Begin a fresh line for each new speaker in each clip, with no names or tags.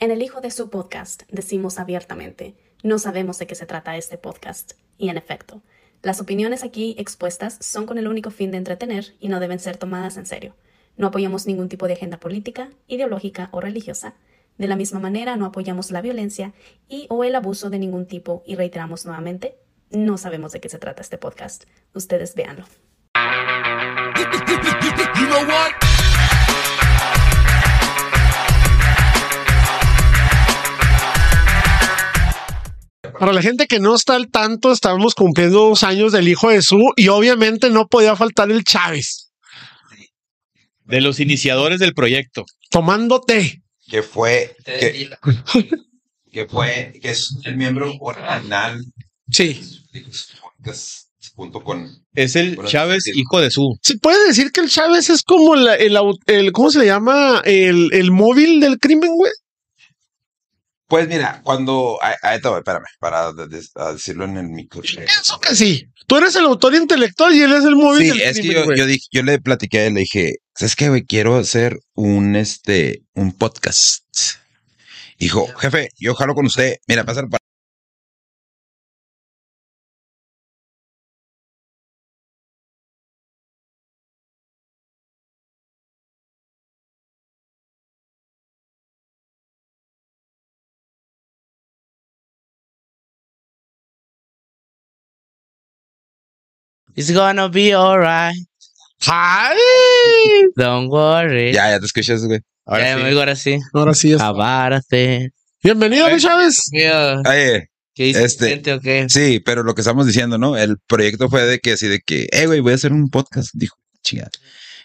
En el hijo de su podcast decimos abiertamente, no sabemos de qué se trata este podcast. Y en efecto, las opiniones aquí expuestas son con el único fin de entretener y no deben ser tomadas en serio. No apoyamos ningún tipo de agenda política, ideológica o religiosa. De la misma manera, no apoyamos la violencia y o el abuso de ningún tipo y reiteramos nuevamente, no sabemos de qué se trata este podcast. Ustedes véanlo.
You know what?
Para la gente que no está al tanto, estábamos cumpliendo dos años del hijo de su y obviamente no podía faltar el Chávez.
De los iniciadores del proyecto.
Tomando té.
que fue
Te
que,
depila.
que fue que es el miembro original
Sí.
que es- junto con
Es el
Bueno,
Chávez,
sí.
hijo de su.
Se puede decir que el Chávez es como la- el, au- el, ¿cómo se le llama? El, el móvil del crimen, güey.
pues mira cuando ahí- ahí te voy, espérame para de- de- a decirlo en el micro Eh,
Pienso que sí. Tú eres el autor intelectual y él es el móvil
sí
del
es que
crimen,
yo,
güey.
yo dije yo le platiqué a él, le dije sabes qué güey quiero hacer un este un podcast dijo jefe yo jalo con usted mira pasar para
It's gonna be alright.
¡Ay!
Don't worry.
ya ya te escuchas güey
Ahora
Ya,
sí.
amigo, ahora sí.
Ahora sí es.
Abárate.
Bienvenido, mi Chávez.
Mío,
Oye,
Ah. ¿Qué dice
Este-
la gente o qué?
sí pero lo que estamos diciendo no el proyecto fue de que así de que eh güey voy a hacer un podcast dijo chingada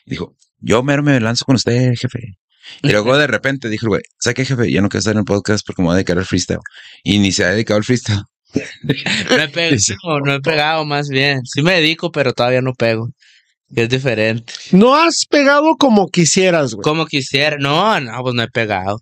dijo yo mero me lanzo con usted jefe Y luego de repente dijo, el güey, ¿sabes qué, jefe? Ya no quiero estar en el podcast porque me voy a dedicar al freestyle. Y ni se ha dedicado al freestyle.
No he, pegado,
Dice-
no he pegado más bien. Sí me dedico, pero todavía no pego. Que Es diferente.
No has pegado como quisieras, güey.
Como quisiera. No, no, pues no he pegado.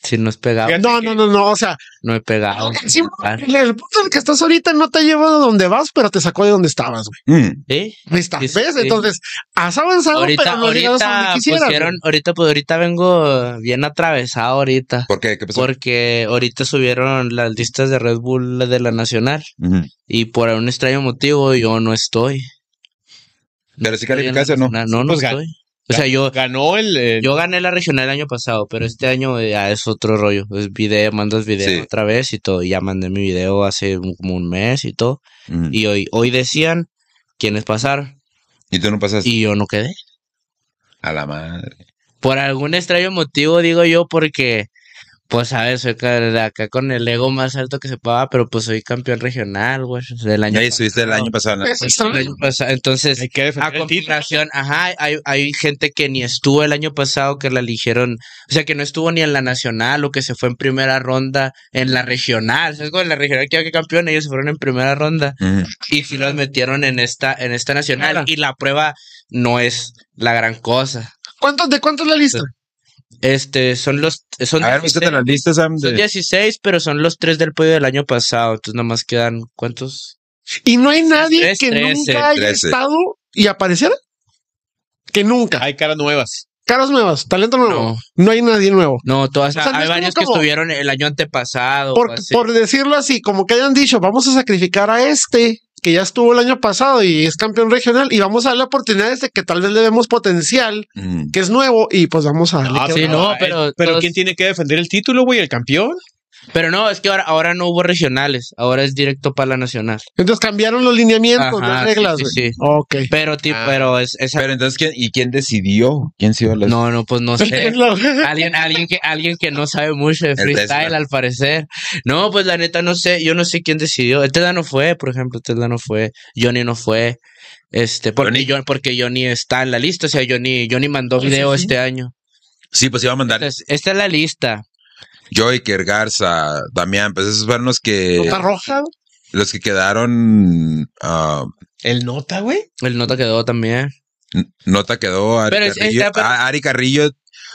Si no es pegado,
No, no, no, no. O sea,
no he pegado.
sí, el el punto en el que estás ahorita no te ha llevado a donde vas, pero te sacó de donde estabas, güey.
Mm.
Sí.
Ahí está,
Sí,
¿ves?
sí.
Entonces, has avanzado,
Ahorita,
pero no has llegado a
ahorita
donde quisieras.
pusieron, ahorita, pues ahorita vengo bien atravesado ahorita.
¿Por qué? ¿Qué pasó?
Porque ahorita subieron las listas de Red Bull de la Nacional.
Ujú.
Y por un extraño motivo yo no estoy.
Pero si
Estoy en
calificaste o
la
no.
nacional. No, no
Pues gan-
estoy. O sea, yo,
Ganó el. eh,
yo gané la regional el año pasado, pero este año ya es otro rollo. Es video, mandas video
Sí.
otra vez y todo. Y Ya mandé mi video hace un- como un mes y todo.
Mm.
Y hoy, hoy decían quiénes pasaron.
Y tú no pasaste.
Y yo no quedé.
A la madre.
Por algún extraño motivo, digo yo, porque, pues, sabes, soy ca- de acá con el ego más alto que se pueda, pero pues soy campeón regional, güey, del
Y
año
ahí
pasado.
estuviste el año pasado. ¿no?
Es extraño.
El año pasado. Entonces,
hay que
a
defender el título.
comparación, ajá, hay, hay gente que ni estuvo el año pasado, que la eligieron, o sea, que no estuvo ni en la nacional o que se fue en primera ronda en la regional. ¿Sabes? Con la regional que había campeón, ellos se fueron en primera ronda
Mm.
y si los metieron en esta, en esta nacional
Claro.
y la prueba no es la gran cosa.
¿Cuántos, ¿De cuánto es la lista?
Este, son los, son,
A ver,
16,
viste la lista, Sam.
son
De...
16, pero son los tres del pollo del año pasado, entonces nomás quedan, ¿cuántos?
Y no hay nadie
Tres,
que
trece,
nunca haya
trece.
estado y apareciera. Que nunca.
Hay caras nuevas.
Caras nuevas, talento nuevo.
No.
No, hay nadie nuevo.
No, todas,
O sea, no es
hay
como-
varios que
como-
estuvieron el año antepasado. o
Por,
así.
por decirlo así, como que hayan dicho, vamos a sacrificar a este que ya estuvo el año pasado y es campeón regional y vamos a darle oportunidades de que tal vez le vemos potencial,
Mm.
que es nuevo y pues vamos a darle.
Ah,
que-
sí, no,
eh,
pero
Pero
todos-
¿quién tiene que defender el título, güey? ¿El campeón?
Pero no, es que ahora, ahora no hubo regionales, ahora es directo para la nacional.
Entonces cambiaron los lineamientos,
Ajá,
las reglas.
sí,
güey.
sí, sí.
Ok.
Pero ti-
Ah.
pero es, es-
Pero entonces, ¿quién, ¿y quién decidió? ¿Quién se iba a las-
no, no, pues no sé.
Es la-
Alguien, alguien que, alguien que no sabe mucho de
El
freestyle,
Tesla.
al parecer. No, pues la neta no sé, yo no sé quién decidió. El Tesla no fue, por ejemplo, Tesla no fue, Johnny no fue, este, porque
Johnny.
Johnny, porque Johnny está en la lista, o sea, Johnny, Johnny mandó video este año.
Sí, pues iba a mandar
Entonces, esta es la lista.
Joyker, Garza, Damián. Pues esos fueron los que,
Nota roja.
los que quedaron. ah,
¿El nota, güey?
El nota quedó también.
N- Nota quedó Ari
Pero es-
Carrillo.
está- pero-
Ah, Ari Carrillo.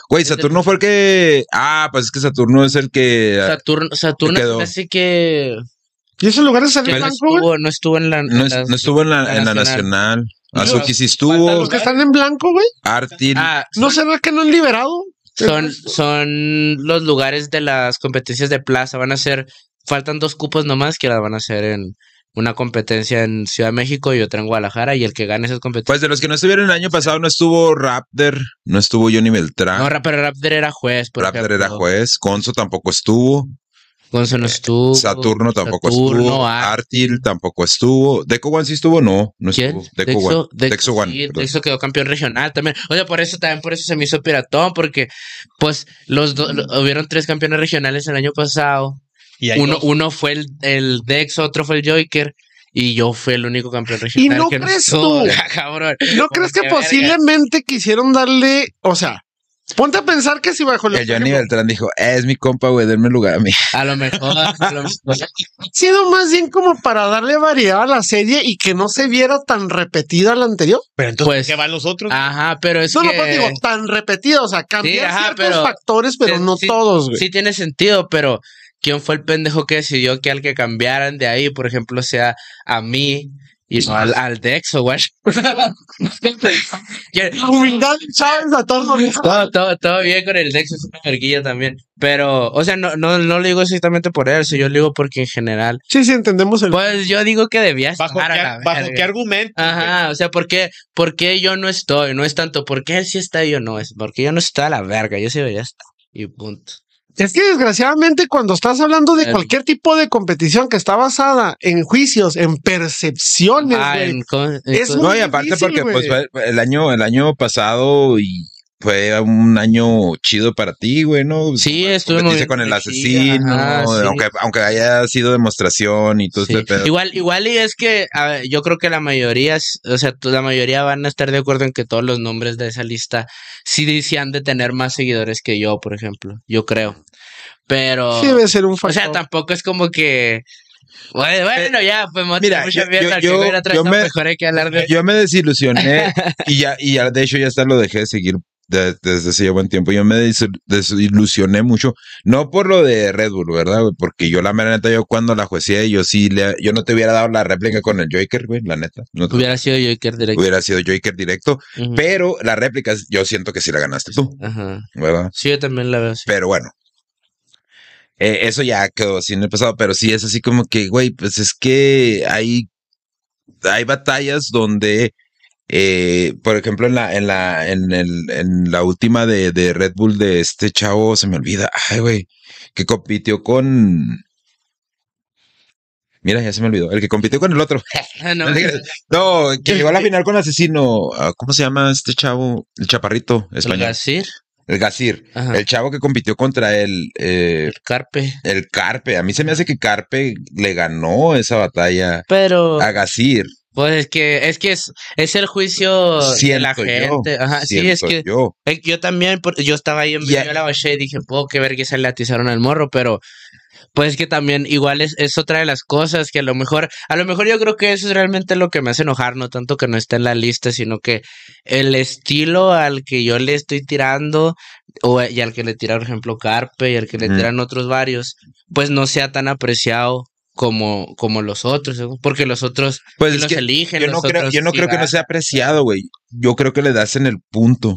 Güey,
Es el-
Saturno fue el que. Ah, pues es que Saturno es el que.
Saturno, Saturno
quedó.
así que
Y esos lugares salen
que no
blanco, güey.
estuvo, no estuvo en la,
no,
en
es-
las-
no estuvo en la,
la
en la nacional. Azuki sí estuvo.
Los que están en blanco, güey.
Artil.
Ah,
¿No será que no han liberado?
Son, son los lugares de las competencias de plaza. Van a ser, faltan dos cupos nomás que las van a hacer en una competencia en Ciudad de México y otra en Guadalajara. Y el que gane esas competencias.
Pues de los que no estuvieron el año pasado, no estuvo Raptor, no estuvo Johnny Beltrán.
no, Ra- pero Raptor era juez. por
ah. Raptor
ejemplo.
era juez, Conso tampoco estuvo,
Gonzo no estuvo.
Saturno tampoco
Saturno,
estuvo,
Ar-
Artil tampoco estuvo, Deco One sí estuvo, no, no
¿Quién?
estuvo, Deco One, Deco One,
sí,
perdón.
Dexo quedó campeón regional también. O sea, por eso también, por eso se me hizo piratón, porque pues los dos, hubieron tres campeones regionales el año pasado.
Y hay
Uno,
dos.
uno fue el, el Dexo, otro fue el Joker, y yo fui el único campeón
¿Y
regional.
no
que
crees
estuvo. Ah,
tú?
Cabrón.
¿No crees que
verga.
posiblemente quisieron darle, o sea, ponte a pensar que si bajo los
El Johnny Beltrán dijo, "Eh, es mi compa, güey, denme lugar a mí.
A lo mejor, a lo mejor.
sido más bien como para darle variedad a la serie y que no se viera tan repetida la anterior?
Pero entonces,
pues-
¿qué van los otros?
Ajá, pero es
No,
que...
no, pues digo, tan repetida, o sea, cambian
ajá,
ciertos
pero-
factores, pero
sí,
no
sí,
todos, güey.
Sí tiene sentido, pero ¿quién fue el pendejo que decidió que al que cambiaran de ahí, por ejemplo, sea a mí y no al, al Dexo, güey? Que-
La humildad, ¿sabes? A todos.
todo, todo, todo bien con el Dexo, es una verguilla también. Pero, o sea, no, no, no lo digo exactamente por él, sí, yo lo digo porque en general.
Sí, sí, entendemos el.
Pues yo digo que debías
¿Bajo, qué, bajo qué argumento?
Ajá, o sea, ¿por qué, ¿por qué yo no estoy? No es tanto porque él sí está y yo no, es porque yo no está a la verga, yo sí debería estar. Y punto.
Es que desgraciadamente cuando estás hablando de
El-
cualquier tipo de competición que está basada en juicios, en percepciones,
Ah,
güey,
en con- en
Es
con-
muy
No, y aparte
difícil,
porque pues,
güey.
fue el año, el año pasado y fue un año chido para ti, güey, ¿no?
Sí, estuve
Competiste
moviendo
con el
la
asesino,
chilla, ajá, sí.
aunque, aunque haya sido demostración y todo
Sí.
este pedo.
Igual, igual y es que a ver, yo creo que la mayoría, s- o sea, tú- la mayoría van a estar de acuerdo en que todos los nombres de esa lista sí, di- sí han de tener más seguidores que yo, por ejemplo, yo creo. Pero,
sí debe ser un
o
factor.
sea, tampoco es como que, bueno, bueno, ya, pues me
Eh, Mira,
mucha
yo-
mierda,
yo-
que
yo-
hubiera
yo
tratado
me-
mejor hay que hablar de...
Yo me desilusioné y ya, y ya, de hecho, ya hasta lo dejé de seguir de- desde hace ya buen tiempo. Yo me desil- desilusioné mucho, no por lo de Red Bull, ¿verdad? güey? Porque yo, la mera neta, yo cuando la juecía, yo sí, le, yo no te hubiera dado la réplica con el Joker, güey, la neta. No te-
Hubiera sido Joker directo.
hubiera sido Joker directo,
Ujú.
pero la réplica yo siento que sí la ganaste tú,
Ajá.
¿verdad?
Sí, yo también la veo así.
Pero bueno. Eh, eso ya quedó así en el pasado, pero sí es así como que, güey, pues es que hay, hay batallas donde, eh, por ejemplo, en la, en la, en el, en la última de, de Red Bull de este chavo, se me olvida, ay, güey, que compitió con. Mira, ya se me olvidó. El que compitió con el otro.
Ah, no,
No, que llegó a la final con asesino. ah, ¿Cómo se llama este chavo? El chaparrito
el
español.
Gasir,
El Gazir.
ajá,
El chavo que compitió contra el, eh,
el Carpe.
el Carpe. A mí se me hace que Carpe le ganó esa batalla
Pero...
a Gasir.
Pues es que es que es, es el juicio pues, de la
Siento yo,
gente. Ajá, sí, es
Siento
que
yo.
es que yo también, por- yo estaba ahí en
Ya.
Viñuela Baché y dije, puedo que ver que se le atizaron al morro, pero pues es que también igual es, es otra de las cosas que a lo mejor, a lo mejor yo creo que eso es realmente lo que me hace enojar, no tanto que no esté en la lista, sino que el estilo al que yo le estoy tirando, o, y al que le tira, por ejemplo, Carpe, y al que le
Ujú.
tiran otros varios, pues no sea tan apreciado como, como los otros, ¿eh? porque los otros
Pues
que
es
los
que
eligen.
yo no
los
creo,
otros
yo no
sí
creo que no
van.
sea apreciado, güey. Yo creo que le das en el punto.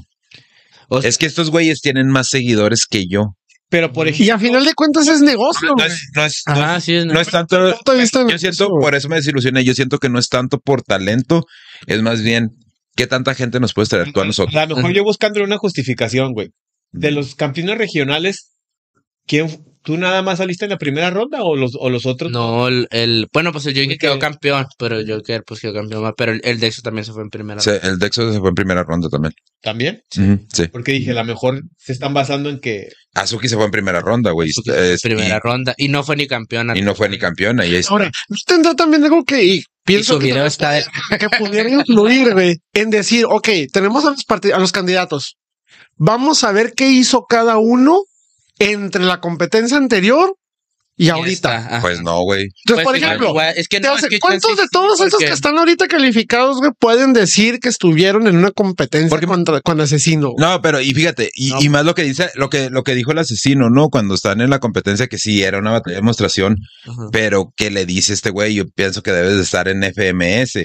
O sea,
Es que estos güeyes tienen más seguidores que yo.
Pero por ejemplo,
Y a final de cuentas es negocio,
No
güey.
es, no es, no es-
ajá, sí, es-
no es tanto.
Punto de vista de
Yo siento,
negocio, güey.
por eso me desilusioné. Yo siento que no es tanto por talento, es más bien qué tanta gente nos puedes traer tú a nosotros.
a lo mejor yo buscándole una justificación, güey. De los campeones regionales, ¿quién, fu- ¿tú nada más saliste en la primera ronda o los, o los otros?
No, el, el- bueno, pues el Joker
Porque-
quedó campeón, pero el Joker pues quedó campeón más, pero el, el Dexo también se fue en primera.
Se- el Dexo se fue en primera ronda también.
¿También?
Ujú, sí.
Porque dije, a lo mejor se están basando en que
Azuki se fue en primera ronda, güey.
Porque fue en
Es-
primera ronda y no fue ni campeón.
y, y no fue ni campeón. Ahí es-
Ahora, ¿no tendrá también algo que y
Y
pienso
su
que,
video está de-
que pudiera influir, güey, en decir, ok, tenemos a los, parti- a los candidatos. Vamos a ver qué hizo cada uno entre la competencia anterior y ahorita.
Está, ajá.
Pues no, güey.
Entonces, por
Pues igual-
ejemplo,
igual- es que
te
no,
hace-
es que
¿cuántos
chance
de
sí,
todos esos
porque-
que están ahorita calificados, güey, pueden decir que estuvieron en una competencia
Porque-
contra, con asesino? güey?
No, pero y fíjate, y,
No.
y más lo que dice, lo que, lo que dijo el asesino, ¿no? Cuando están en la competencia, que sí, era una batalla de demostración,
Ajá.
pero que le dice este güey, yo pienso que debes de estar en FMS.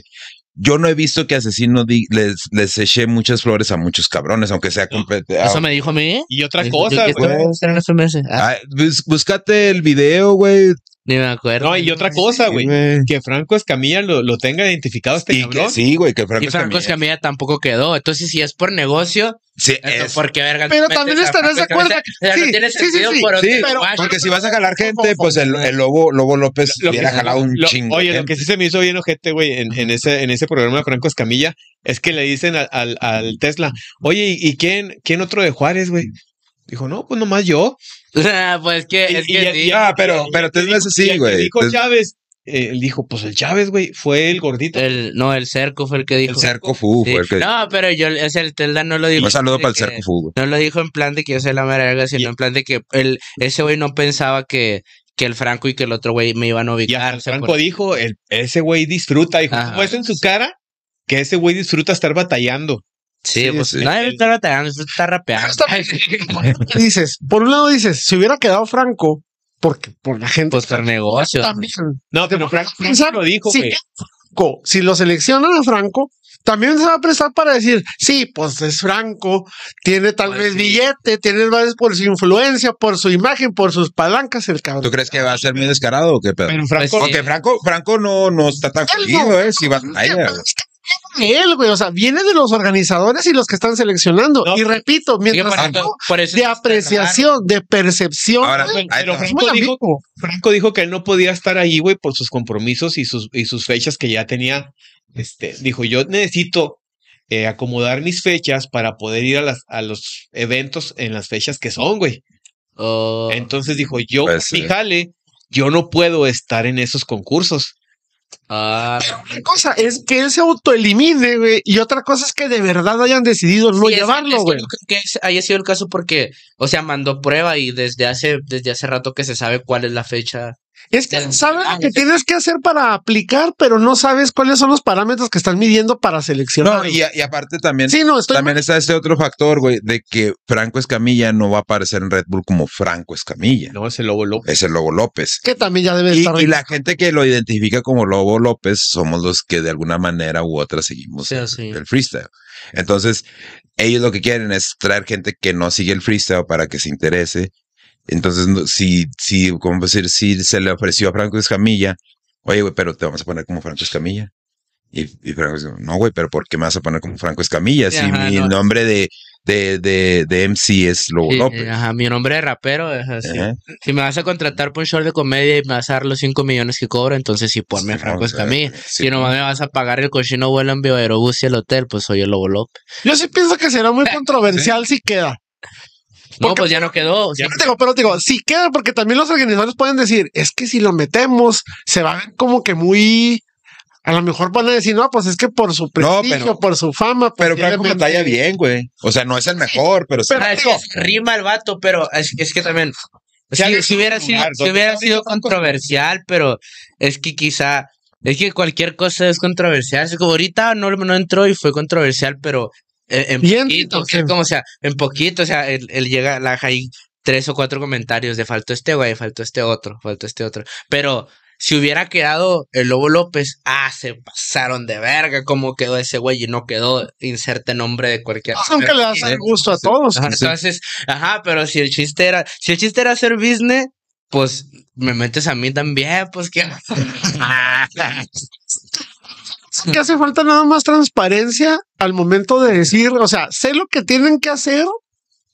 Yo no he visto que Asesino di- les, les eche muchas flores a muchos cabrones, aunque sea compete- ah,
Eso me dijo a mí.
Y otra
Dijo,
cosa,
yo que
güey.
estuve en Estreno FMS.
ah,
Ah,
bus- búscate el video, güey.
Ni me acuerdo.
No, y otra cosa, güey.
güey.
Que Franco Escamilla lo, lo tenga identificado este
Y que
cabrón.
sí, güey, que Franco,
Y Franco
Escamilla-
Escamilla tampoco quedó. Entonces, si es por negocio,
Sí,
entonces,
es-
¿por qué verga?
Pero
metes
también
a
estarás
Franco
de acuerdo
Escamilla?
que-
O sea, no
sí,
tiene
sí,
sentido
sí, sí.
por otro
Sí,
guacho.
porque si vas a jalar gente,
Ojo,
pues el, el lobo, lobo López
Lo-
hubiera jalado un
Lo-
chingo. de
oye, lo
gente.
que sí se me hizo bien ojete, güey, en, en ese, en ese programa de Franco Escamilla, es que le dicen al, al- al Tesla, oye, ¿y, y quién, quién otro de Juárez, güey? Dijo, no, pues nomás yo.
O sea, pues que
Y-
es
y-
que
y-
sí.
y-
Ah, pero, pero Tesla es
Y
así,
el que
güey.
Dijo
Entonces,
Chávez. eh, él dijo, pues el Chávez, güey, fue el gordito.
El, no, el cerco fue el que dijo.
El cerco fu,
Sí.
fue el que-
No, pero yo, o sea, el Telda no lo dijo.
Un saludo
de
para el
que-
cerco fu, güey.
No lo dijo en plan de que yo soy la mera verga, sino
Y-
en plan de que el, ese güey no pensaba que, que el Franco y que el otro güey me iban a
Y hasta
ubicar.
el
o sea,
Franco
por-
dijo, el- ese güey disfruta, dijo,
Ajá.
"Tú ves en su cara que ese güey disfruta estar batallando.
Sí,
Sí,
pues
sí.
nadie me está batallando, está rapeando.
Está- dices, por un lado dices, si hubiera quedado Franco, porque por la gente
pues por negocio.
también.
No, pero Franco
pensar,
lo dijo,
sí.
güey.
Franco, si lo seleccionan a Franco, también se va a prestar para decir, sí, pues es Franco, tiene tal
Pues
vez
sí.
billete, tiene tal vez por su influencia, por su imagen, por sus palancas, el cabrón.
¿Tú crees que va a ser muy descarado o qué pedo?
Pero
Pues
Franco,
sí.
Porque Franco, Franco no, no está tan
Él no.
jodido, eh. Si va a ella, güey.
Él, güey, o sea, viene de los organizadores y los que están seleccionando.
No.
y repito,
Digo,
mientras
por
tanto,
eso- por eso
de
es que está
apreciación, de percepción,
Ahora,
güey,
ahí
pero
está.
somos
Franco
la
dijo-
misma.
Franco dijo que él no podía estar ahí, güey, por sus compromisos y sus, y sus fechas que ya tenía. Este, dijo, yo necesito eh, acomodar mis fechas para poder ir a, las, a los eventos en las fechas que son, güey.
raro. O-
Entonces dijo, yo,
Pues sí.
mi jale, yo no puedo estar en esos concursos.
Ah,
Una cosa es que él se autoelimine, güey, y otra cosa es que de verdad hayan decidido no
Sí,
Pues,
es- es
llevarlo,
que
güey.
yo creo que ese haya sido el caso porque, o sea, mandó prueba y desde hace, desde hace rato que se sabe cuál es la fecha.
Es que
Del-
sabes
Ah,
lo que
sí.
tienes que hacer para aplicar, pero no sabes cuáles son los parámetros que están midiendo para seleccionar.
No, y, a- y aparte también,
sí, no, estoy
también está este otro factor, güey, de que Franco Escamilla no va a aparecer en Red Bull como Franco Escamilla.
No, ese lobo lobo.
Es el Lobo López.
que también ya debe
Y,
estar.
y la gente que lo identifica como Lobo López somos los que de alguna manera u otra seguimos
Sí,
el,
sí.
el freestyle. Entonces, ellos lo que quieren es traer gente que no sigue el freestyle para que se interese. Entonces, no- si, si, ¿cómo puedo decir? Si se le ofreció a Franco Escamilla, oye, güey, pero te vamos a poner como Franco Escamilla. Y, y Franco dice, no, güey, pero ¿por qué me vas a poner como Franco Escamilla?
Sí,
Si
ajá,
mi
no.
nombre de, de, de, de MC es Lobo
Sí,
López.
eh, ajá, mi nombre de rapero es así.
Ajá.
Si me vas a contratar por un show de comedia y me vas a dar los 5 millones que cobro, entonces sí, ponme a
Sí,
Franco
o sea,
Escamilla.
sí,
si nomás me vas a pagar el cochino vuelo en bioaerobús y el hotel, pues soy el Lobo López.
Yo sí pienso que será muy controversial si queda.
No,
Porque-
pues ya no quedó.
Pero te digo, pero te digo, si queda, porque también los organizadores pueden decir, es que si lo metemos, se va a ver como que muy. A lo mejor van a decir, no, pues es que por su
pero-
prestigio, por su fama. pues
Pero Franco
posiblemente-
batalla bien, güey. O sea, no es el mejor, pero, sí.
Pero-
Ah, es que rima el vato, pero es, es que también.
Ya
Si,
ves
si hubiera
un
sido,
lugar
si
donde
hubiera
no
sido controversial, pero es que quizá. Es que cualquier cosa es controversial. Es como ahorita no, no entró y fue controversial, pero eh, en,
Bien,
poquito, o sea,
entonces.
como sea, en poquito, o sea, él, él llega, la hay tres o cuatro comentarios de faltó este güey, faltó este otro, faltó este otro. Pero si hubiera quedado el Lobo López, ah, se pasaron de verga cómo quedó ese güey y no quedó inserte nombre de cualquier.
Pues Nunca le das el gusto a todos.
Ajá, entonces, ajá, pero si el chiste era, si el chiste era hacer business, pues me metes a mí también, pues que
que hace falta nada más transparencia al momento de decir, o sea, sé lo que tienen que hacer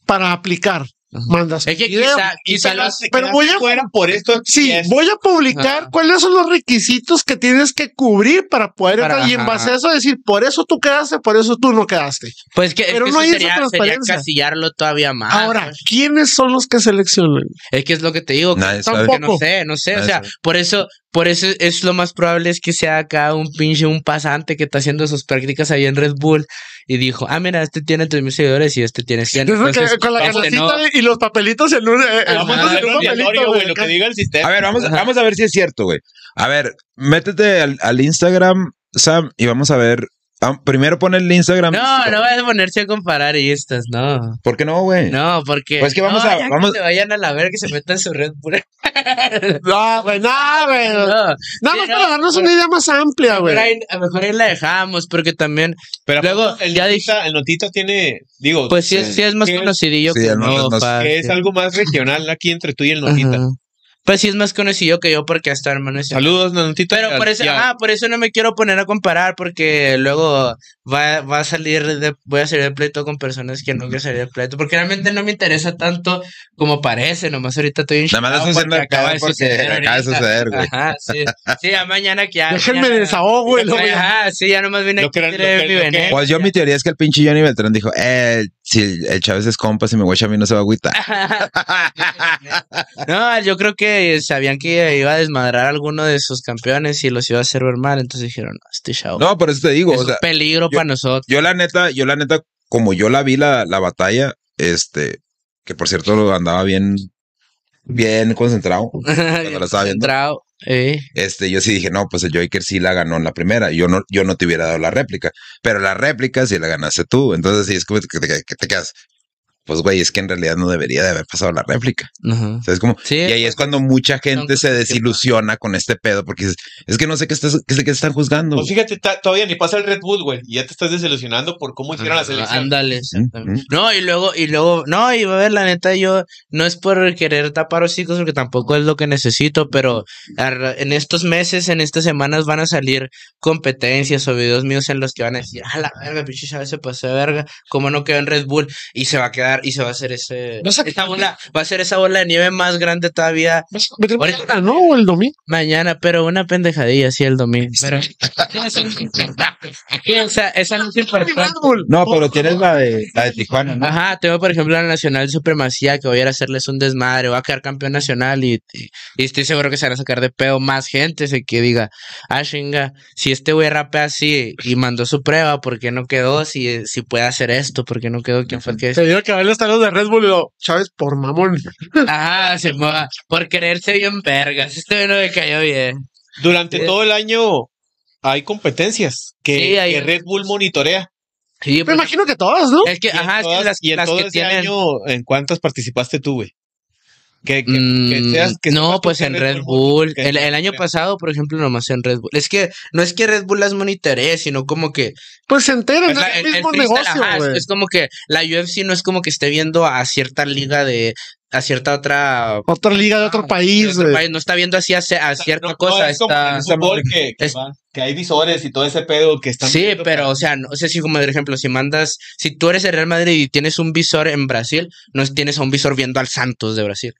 para aplicar.
Ajá.
Mandas.
Es que
video.
quizá, quizá
pero,
lo-
pero voy a-
fuera por esto.
Sí,
es-
voy a publicar
Ajá.
cuáles son los requisitos que tienes que cubrir para poder
Para-
entrar y en
ajá.
base a eso decir, por eso tú quedaste, por eso tú no quedaste.
pues que, es
pero
que
no
eso
hay esa
sería, sería
transparencia.
encasillarlo todavía más.
Ahora,
pues.
¿quiénes son los que seleccionan?
es que es lo que te digo, que-
nadie sabe.
tampoco.
que no sé, no sé, o
Nadie
sea,
sabe.
por eso, por eso es lo más probable es que sea acá un pinche un pasante que está haciendo sus prácticas ahí en Red Bull y dijo, ah, mira, este tiene 3000 seguidores y este tiene 100.
Yo creo que
entonces,
con la
este no.
canastita y los papelitos en un, eh,
Ah,
los
vamos a
botones
hacer
en un
aleatorio,
papelito.
güey,
güey,
lo que
acá.
diga el sistema.
A ver, vamos, vamos a ver si es cierto, güey. A ver, métete al, al Instagram, Sam, y vamos a ver Ah, primero pon el Instagram.
No, no vas a ponerse a comparar estas, no.
¿Por qué no, güey?
No, porque.
Pues que vamos
no,
a-
ya que
vamos-
se vayan a la verga que se metan su red pura.
No, güey, no, güey.
No,
Nada más
Pero-
para darnos una idea más amplia,
por
güey.
ahí- a lo mejor ahí la dejamos, porque también.
Pero
Luego,
aparte, el
ya
notita, el notita tiene, digo,
Pues sí, es- sí es más
Sí, es-
conocidillo
sí,
que
al menos
no,
nos-
pa,
que es
sí.
algo más regional aquí entre tú y el
Ajá.
notita.
Pues sí es más conocido que yo porque hasta hermano es
Saludos, notita.
Pero por eso,
Ya.
ah, por eso no me quiero poner a comparar porque luego va, va a salir de, voy a salir de pleito con personas que no quiero salir de pleito porque realmente no me interesa tanto como parece, nomás ahorita estoy
Nada más
enchilado
estoy haciendo
porque
acá porque acaba de
ahorita.
suceder, güey.
Ajá, sí, sí, ya mañana que ya.
Déjenme
mañana-
desahogo, güey. luego ya.
Ajá, sí, ya nomás vine
Lo
aquí ¿eh?
que
a
era-
tirar
lo que-
mi
lo que-
veneno.
Pues yo mi teoría es que el pinche Johnny Beltrán dijo, eh, si el- el Chávez es compa, si me voy a mí no se va a agüitar.
Ah, No, yo creo que sabían que iba a desmadrar a alguno de sus campeones y los iba a hacer ver mal, entonces dijeron, no, este chavo
No, por eso te digo,
es
o sea,
un peligro para nosotros.
yo la neta, yo la neta, como yo la vi la, la batalla, este, que por cierto andaba bien, bien concentrado, la estaba viendo.
Centrado, eh.
este, yo sí dije, no, pues el Joker sí la ganó en la primera, yo no, yo no te hubiera dado la réplica, pero la réplica sí la ganaste tú, entonces sí, es como que te, que te quedas, pues güey, es que en realidad no debería de haber pasado la réplica,
Ajá.
o sea, es como,
Sí,
Y ahí es cuando mucha gente se desilusiona con este pedo, porque dices, es, que no sé qué, estás, qué, qué están juzgando.
Pues fíjate, ta- todavía ni pasa el Red Bull, güey, y ya te estás desilusionando por cómo hicieron la selección.
Ándale,
Mm,
exactamente. No, y luego, y luego, no, y a ver, la neta, yo no es por querer tapar hocicos porque tampoco es lo que necesito, pero ar- en estos meses, en estas semanas van a salir competencias o videos míos en los que van a decir, ah, la verga, pinche Chávez se pasó de verga, cómo no quedó en Red Bull, y se va a quedar, y se va a hacer ese,
Vas a-
esa bola, va a ser esa bola de nieve más grande todavía
Vas a meter
Ahorita-
mañana, ¿no? O el domingo.
Mañana, pero una pendejadilla, sí, el domingo. Pero... o sea, esa no es importante.
No, pero tienes la de, la de Tijuana, ¿no?
Ajá, tengo por ejemplo la Nacional de Supremacía que voy a ir a hacerles un desmadre, voy a quedar campeón nacional y, y- y estoy seguro que se van a sacar de pedo más gente se que diga, ah, chinga, si este güey rapea así y mandó su prueba, ¿por qué no quedó? Si, si puede hacer esto, ¿por qué no quedó? ¿Quién fue el que
Te digo que a ver los talos de Red Bull y lo, Chávez, por mamón.
Ajá, se mueva, por creerse bien vergas, este güey no me cayó bien.
Durante
Sí.
todo el año hay competencias que,
Sí, hay-
que Red Bull monitorea.
Sí,
Me
pues,
imagino que todas, ¿no?
es que,
Y en
ajá, es que
todas-
las,
y en
las
todo
que
ese
tienen...
año, ¿en cuántas participaste tú, güey? Que, que- que
Mm,
seas- que sepas
no,
tú
pues
que
en Red Bull.
que-
El, el año
que-
pasado, por ejemplo, nomás en Red Bull. Es que no es que Red Bull las monitoree, sino como que.
Pues se enteran,
es la-
es el
el- el
mismo
freestyle,
negocio,
ajá, es-
güey.
es como que la UFC no es como que esté viendo a cierta liga de. a cierta otra.
Otra liga de otro
Ah, de
país,
otro
güey.
país, no está viendo así a, ce- a cierta
no, no,
cosa.
es como en
está-
el fútbol que, que
es-
va- que hay visores y todo ese pedo que están.
Sí,
viendo
pero, o sea, no, o sea, sí, como por ejemplo, si mandas, si tú eres el Real Madrid y tienes un visor en Brasil, no tienes a un visor viendo al Santos de Brasil.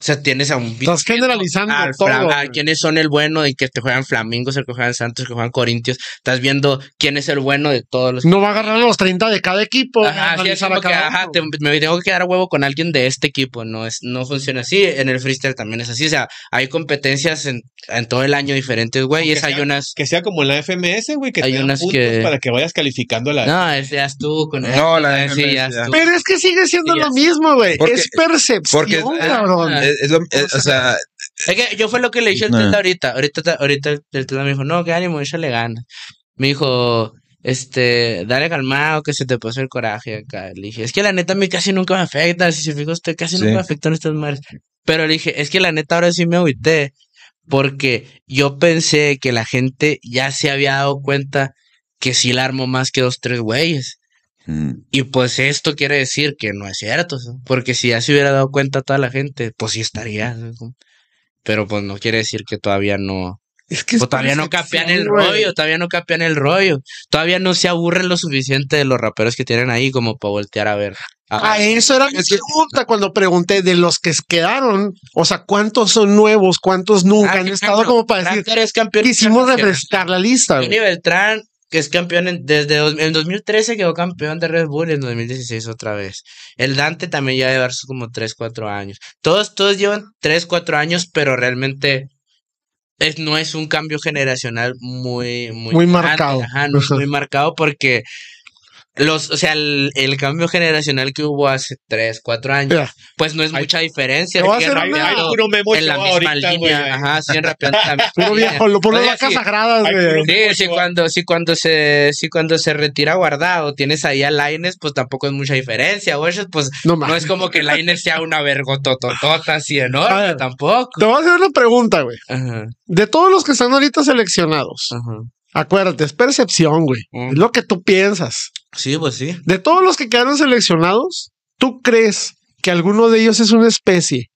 O sea, tienes a un visor.
Estás generalizando
Ah,
todo.
Flam- ah,
güey.
quiénes son el bueno de que te juegan Flamingos, el que juegan Santos, el que juegan Corintios. Estás viendo quién es el bueno de todos los.
No va a agarrar a los 30 de cada equipo. va a
Ajá, sí, es
analizar a
como que,
cada
ajá,
uno.
te- me tengo que quedar a huevo con alguien de este equipo. No es, no funciona así. En el freestyle también es así. O sea, hay competencias en, en todo el año diferentes, güey. Y
Aunque
es- hay
sea-
unas.
Que sea como en la FMS, güey, que
Hay
te dan
unas
puntos
que-
para que vayas calificando a la.
No, es, ya estuvo con
No, la
sí, ya
NMS, ya.
estuvo.
Pero es que sigue siendo
Sí,
lo
es-
mismo, güey.
porque-
es percepción,
porque-
cabrón.
Ah,
Es- es lo- es- o sea,
Es que yo fue lo que le dije al
No.
Tela ahorita. Ahorita, ta- ahorita el- el Tela me dijo, no, que ánimo, ella le gana. Me dijo, este, dale calmado, que se te pasó el coraje acá. Le dije, es que la neta a mí casi nunca me afecta. Si se fija usted, casi
Sí.
nunca me afectó en estas madres. Pero le dije, es que la neta ahora sí me agüité. Porque yo pensé que la gente ya se había dado cuenta que sí la armo más que dos, tres güeyes.
mm,
Y pues esto quiere decir que no es cierto, ¿sí? porque si ya se hubiera dado cuenta toda la gente, pues sí estaría. ¿sí? Como- Pero pues no quiere decir que todavía no.
Es que es
pues, todavía no
percepción,
capean el
güey.
rollo, todavía no capean el rollo. Todavía no se aburren lo suficiente de los raperos que tienen ahí como para voltear a ver. a-
A eso era mi
Es que-
pregunta cuando pregunté de los que quedaron, o sea, cuántos son nuevos, cuántos nunca
Ah,
han
qué
estado
cabrón,
como para decir,
Raptor es campeón.
quisimos
internacional.
refrescar la lista. güey.
Johnny Beltrán, que es campeón en- desde dos- en 2013, quedó campeón de Red Bull y en 2016 otra vez. El Dante también ya lleva sus como 3, 4 años. Todos, todos llevan 3, 4 años, pero realmente es, no es un cambio generacional muy, muy,
Muy
grande,
marcado.
ajá, no es
Ajá.
muy marcado porque Los, o sea, el, el cambio generacional que hubo hace 3, 4 años,
Mira.
pues no es
Ay,
mucha diferencia.
te voy a
siguen
hacer
Hay,
una-
hay
rapeando
puro memo
en la
Ochoa
misma
ahorita,
línea,
güey.
ajá, siguen rapeando en la misma
Puro
línea.
viejo, lo puro
Oye,
vacas
sí.
sagradas,
Ay,
güey.
puro-
Sí, sí, cuando, sí, cuando se, sí, cuando se retira guardado, tienes ahí a Laines, pues tampoco es mucha diferencia, güey. Pues
No
no
mames.
es como que Laines sea una vergotototota así enorme,
A ver.
tampoco.
Te voy a hacer una pregunta, güey.
Ajá,
De todos los que están ahorita seleccionados,
ajá.
acuérdate, es percepción, güey.
Mm.
Es lo que tú piensas.
Sí, pues sí.
De todos los que quedaron seleccionados, ¿tú crees que alguno de ellos es una especie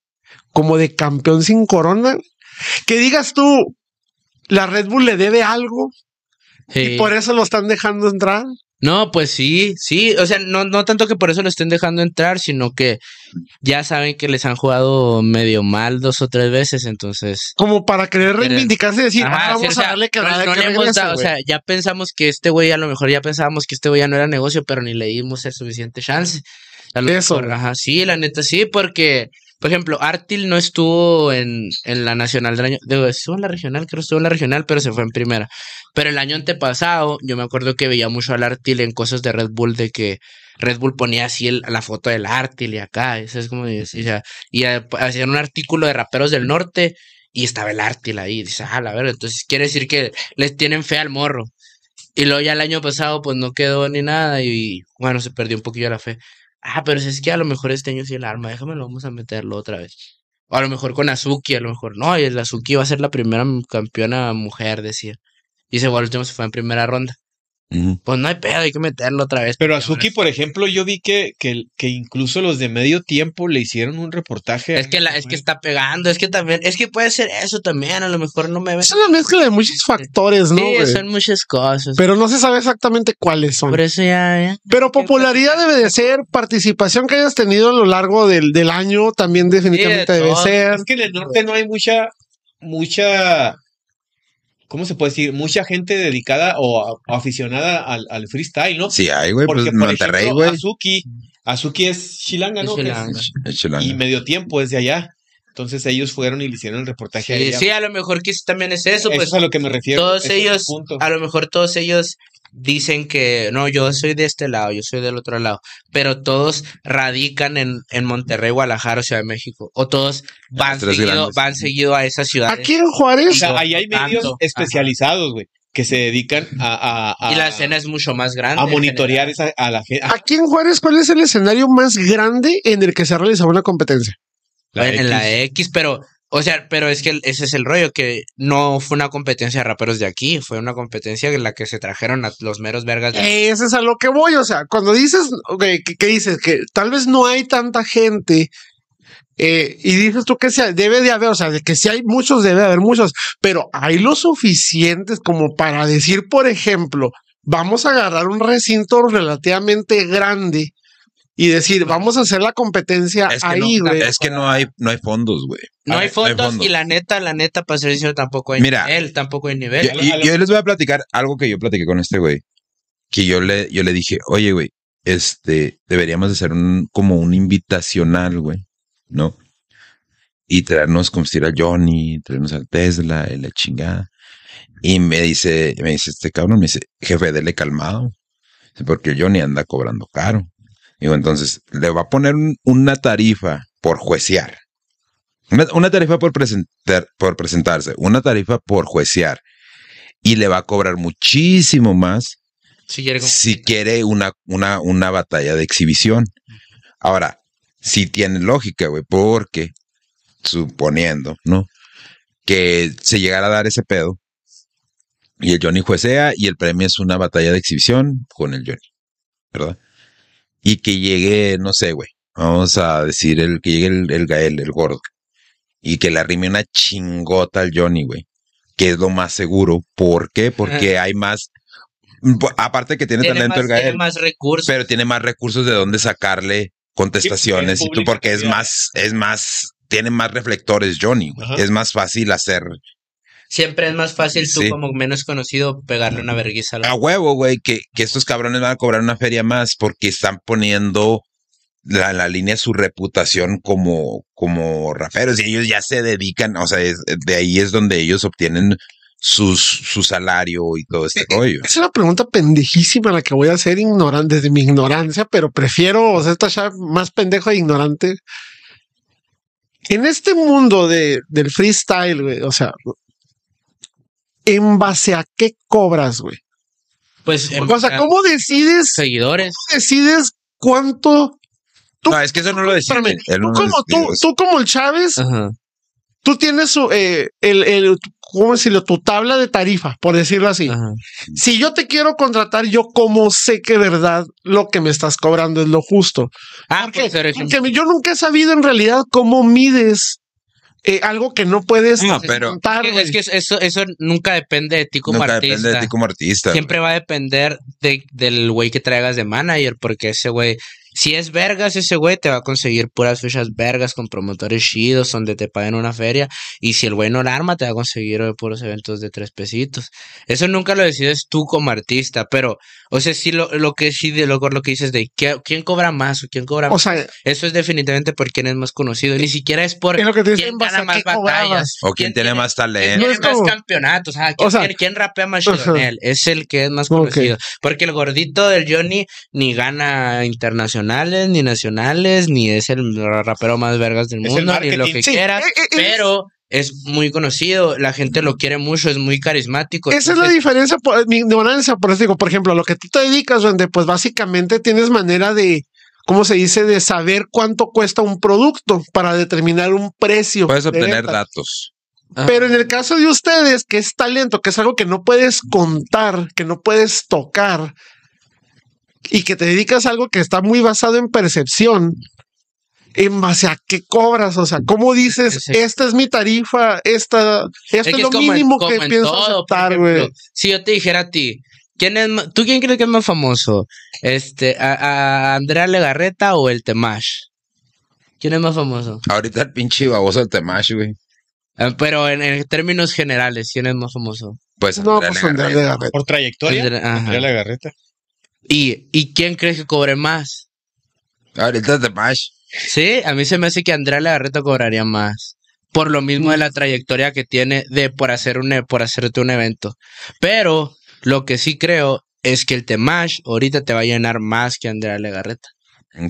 como de campeón sin corona? Que digas tú, la Red Bull le debe algo
Sí.
y por e- eso lo están dejando entrar.
No, pues sí, sí, o sea, no, no tanto que por eso lo estén dejando entrar, sino que ya saben que les han jugado medio mal dos o tres veces, entonces.
Como para querer
Pero-
reivindicarse y decir,
Ajá,
"Ah,
sí,
vamos
o sea,
a darle que,
no-
nada
no
que
le hemos
regrese,
dado, O
güey".
sea, ya pensamos que este güey, a lo mejor ya pensábamos que este güey ya no era negocio, pero ni le dimos el suficiente chance. A lo
Eso.
mejor, ajá, sí, la neta, sí, porque, por ejemplo, Artil no estuvo en, en la nacional del año. Digo, estuvo en la regional, creo que estuvo en la regional, pero se fue en primera. Pero el año antepasado, yo me acuerdo que veía mucho al Artil en cosas de Red Bull, de que Red Bull ponía así el- la foto del Artil y acá, eso es como, y, o sea, y eh, hacían un artículo de raperos del norte y estaba el Artil ahí, dice, ah, la verdad, entonces quiere decir que les tienen fe al morro. Y luego ya el año pasado pues no quedó ni nada y bueno, se perdió un poquillo la fe. Ah, pero si es que a lo mejor este año sí el arma, déjamelo, vamos a meterlo otra vez. O a lo mejor con Azuki, a lo mejor no, y el Azuki va a ser la primera m- campeona mujer, decía. Y se fue al último, se fue en primera ronda.
Ujú.
Pues no hay pedo, hay que meterlo otra vez.
Pero
porque ahora
Azuki,
es-
por ejemplo, yo vi que, que, que incluso los de medio tiempo le hicieron un reportaje.
Es que, la, es que está pegando, es que también, es que puede ser eso también, a lo mejor no me ven.
Es una mezcla de muchos factores, ¿no?
sí,
güey?
son muchas cosas.
Pero no se sabe exactamente cuáles son.
Por eso ya, ya.
Pero popularidad debe de ser, participación que hayas tenido a lo largo del, del año también definitivamente
Sí, de
debe
todo.
ser.
Es que en el norte no hay mucha, mucha, ¿cómo se puede decir? Mucha gente dedicada o a- aficionada al, al freestyle, ¿no?
Sí, hay, güey, pues
Porque, por
Monterrey,
ejemplo,
güey.
Azuki, Azuki es chilanga, ¿no?
Es
Que es-
chilanga.
Chilanga.
y medio tiempo es de allá. Entonces ellos fueron y le hicieron el reportaje.
Sí,
allá.
sí, a lo mejor que es- también es eso,
eso
pues
es a lo que me refiero.
todos
ese es el
ellos,
punto.
a lo mejor todos ellos dicen que no, yo soy de este lado, yo soy del otro lado, pero todos radican en, en Monterrey, Guadalajara, o Ciudad de México, o todos van
tres
seguido,
grandes.
van seguido a esa ciudad.
Aquí en
O
Juárez,
sea, ahí hay
Tanto,
medios
ajá.
especialidos, güey, que se dedican a, a- a-
y la escena es mucho más grande.
Ah. a
en Ah,
monitorear esa, a la gente.
aquí en Juárez, ¿cuál es el escenario más grande en el que se ha realizado una competencia?
general. en la X, pero, o sea, pero es que el- ese es el rollo, que no fue una competencia de raperos de aquí, fue una competencia en la que se trajeron a los meros vergas de
Ese Eh, es a lo que voy. O sea, cuando dices ok, que, que dices que tal vez no hay tanta gente eh, y dices tú que se debe de haber, o sea, de que si hay muchos, debe haber muchos, pero hay lo suficientes como para decir, por ejemplo, vamos a agarrar un recinto relativamente grande y decir, vamos a hacer la competencia
Es que,
ahí,
no,
güey.
es que no hay, no hay fondos, güey.
Ah, No hay
no hay
fondos
fondos.
y la neta, la neta, para ser sincero, tampoco hay
Mira.
nivel, tampoco hay nivel.
Yo, y- yo les voy a platicar algo que yo platiqué con este güey. Que yo le, yo le dije, oye, güey, este, deberíamos hacer un, como un invitacional, güey, ¿no? Y traernos como si era Johnny, traernos al Tesla, y la chingada. Y me dice, me dice este cabrón, me dice, jefe, dele calmado. Dice, Porque el Johnny anda cobrando caro. Digo, entonces, le va a poner un- una tarifa por juecear. Una, una tarifa por, presentar, por presentarse, una tarifa por juecear y le va a cobrar muchísimo más
si quiere como-
si quiere una, una, una batalla de exhibición. Ahora, sí tiene lógica, güey, porque suponiendo, ¿no? Que se llegara a dar ese pedo y el Johnny juecea y el premio es una batalla de exhibición con el Johnny, ¿verdad? Y que llegue, no sé, güey, vamos a decir el que llegue el, el Gael, el gordo, y que le arrime una chingota al Johnny, güey, que es lo más seguro. ¿Por qué? Porque hay más, Mm, aparte que tiene,
tiene,
talento
más,
el Gael
tiene más recursos.
pero tiene más recursos de dónde sacarle contestaciones
Sí,
y
el
tú
público
porque es
también.
más es más tiene más reflectores Johnny güey.
Ajá.
es más fácil hacer
Siempre es más fácil tú,
Sí. Ah,
como menos conocido, pegarle una verguiza a la-
a huevo güey que, que estos cabrones van a cobrar una feria más porque están poniendo la, la línea de su reputación como como raperos y ellos ya se dedican o sea es- de ahí es donde ellos obtienen sus, su salario y todo este rollo.
Es una pregunta pendejísima la que voy a hacer ignorante desde mi ignorancia, pero prefiero o sea, esta chava más pendejo e ignorante. En este mundo de, del freestyle, güey, o sea, ¿en base a qué cobras, güey?
Pues, en-
O sea, ¿cómo decides,
seguidores.
decides cuánto? tú-
No, es que eso no lo decía.
Espérame, tú como, tú, tú como el Chávez,
Ah.
Ajá.
tú tienes su, eh, el, el, ¿cómo decirlo? Tu tabla de tarifa, por decirlo así.
Ah.
Ajá.
Si yo te quiero contratar, yo como sé que verdad lo que me estás cobrando es lo justo.
Ah,
qué?
pues, por ejemplo,
Porque yo nunca he sabido en realidad cómo mides eh, algo que no puedes
No, pero-
contar.
es que- es que eso, eso nunca depende de ti como
Nunca
artista.
depende de ti como artista.
Siempre va a depender de- del güey que traigas de manager, porque ese güey, si es vergas, ese güey te va a conseguir puras fechas vergas con promotores chidos donde te paguen una feria. Y si el güey no la arma, te va a conseguir eh, puros eventos de tres pesitos. Eso nunca lo decides tú como artista, pero, o sea, sí, lo, lo que sí, de lo, lo que dices de ¿qué- quién cobra más o quién cobra
O
más.
sea,
Eso es definitivamente por quién es más conocido. Ni siquiera es por
es lo que te dicen,
quién gana más batallas.
o quien tiene más
¿Quién
talento.
Eh, No
tiene
es como-
más campeonatos? Ajá, ¿quién,
O sea-
tiene- quién rapea más chido?
Ajá.
Él es el que es más
Ok.
conocido. Porque el gordito del Johnny ni gana internacionales, ni nacionales, ni es el rapero más vergas del
Es el
mundo, ni lo
marketing.
que
Sí,
quieras.
eh, eh, eh,
Pero es muy conocido, la gente lo quiere mucho, es muy carismático.
eh, Esa es la
entonces-
diferencia, por, mi ignorancia, por eso digo, por ejemplo, a lo que tú te dedicas, donde pues básicamente tienes manera de, ¿cómo se dice?, de saber cuánto cuesta un producto para determinar un precio.
Puedes
de
obtener
venta.
datos.
Pero en el caso de ustedes, que es talento, que es algo que no puedes contar, que no puedes tocar, y que te dedicas a algo que está muy basado en percepción, en base a qué cobras, o sea, cómo dices,
Exacto.
esta es mi tarifa, esta, esto es,
que
lo
como en-
mínimo
como
que
en
pienso
todo, por
aceptar,
ejemplo,
güey.
Si yo te dijera a ti, ¿quién es, ma- ¿tú quién crees que es más famoso? Este, a, a Andrea Legarreta o el Temash? ¿Quién es más famoso?
Ahorita el pinche baboso del Temash, güey.
Ah, Pero en, en términos generales, ¿quién es más famoso?
Pues
No,
Andrea
pues
Legarreta.
Andrea Legarreta.
Por trayectoria,
Andrea- ajá.
Andrea la garreta.
¿Y, ¿Y quién crees que cobre más?
Ahorita el Temash.
Sí, a mí se me hace que Andrea Legarreta cobraría más. Por lo mismo de la trayectoria que tiene de por, hacer un, e- por hacerte un evento. Pero lo que sí creo es que el Temash ahorita te va a llenar más que Andrea Legarreta.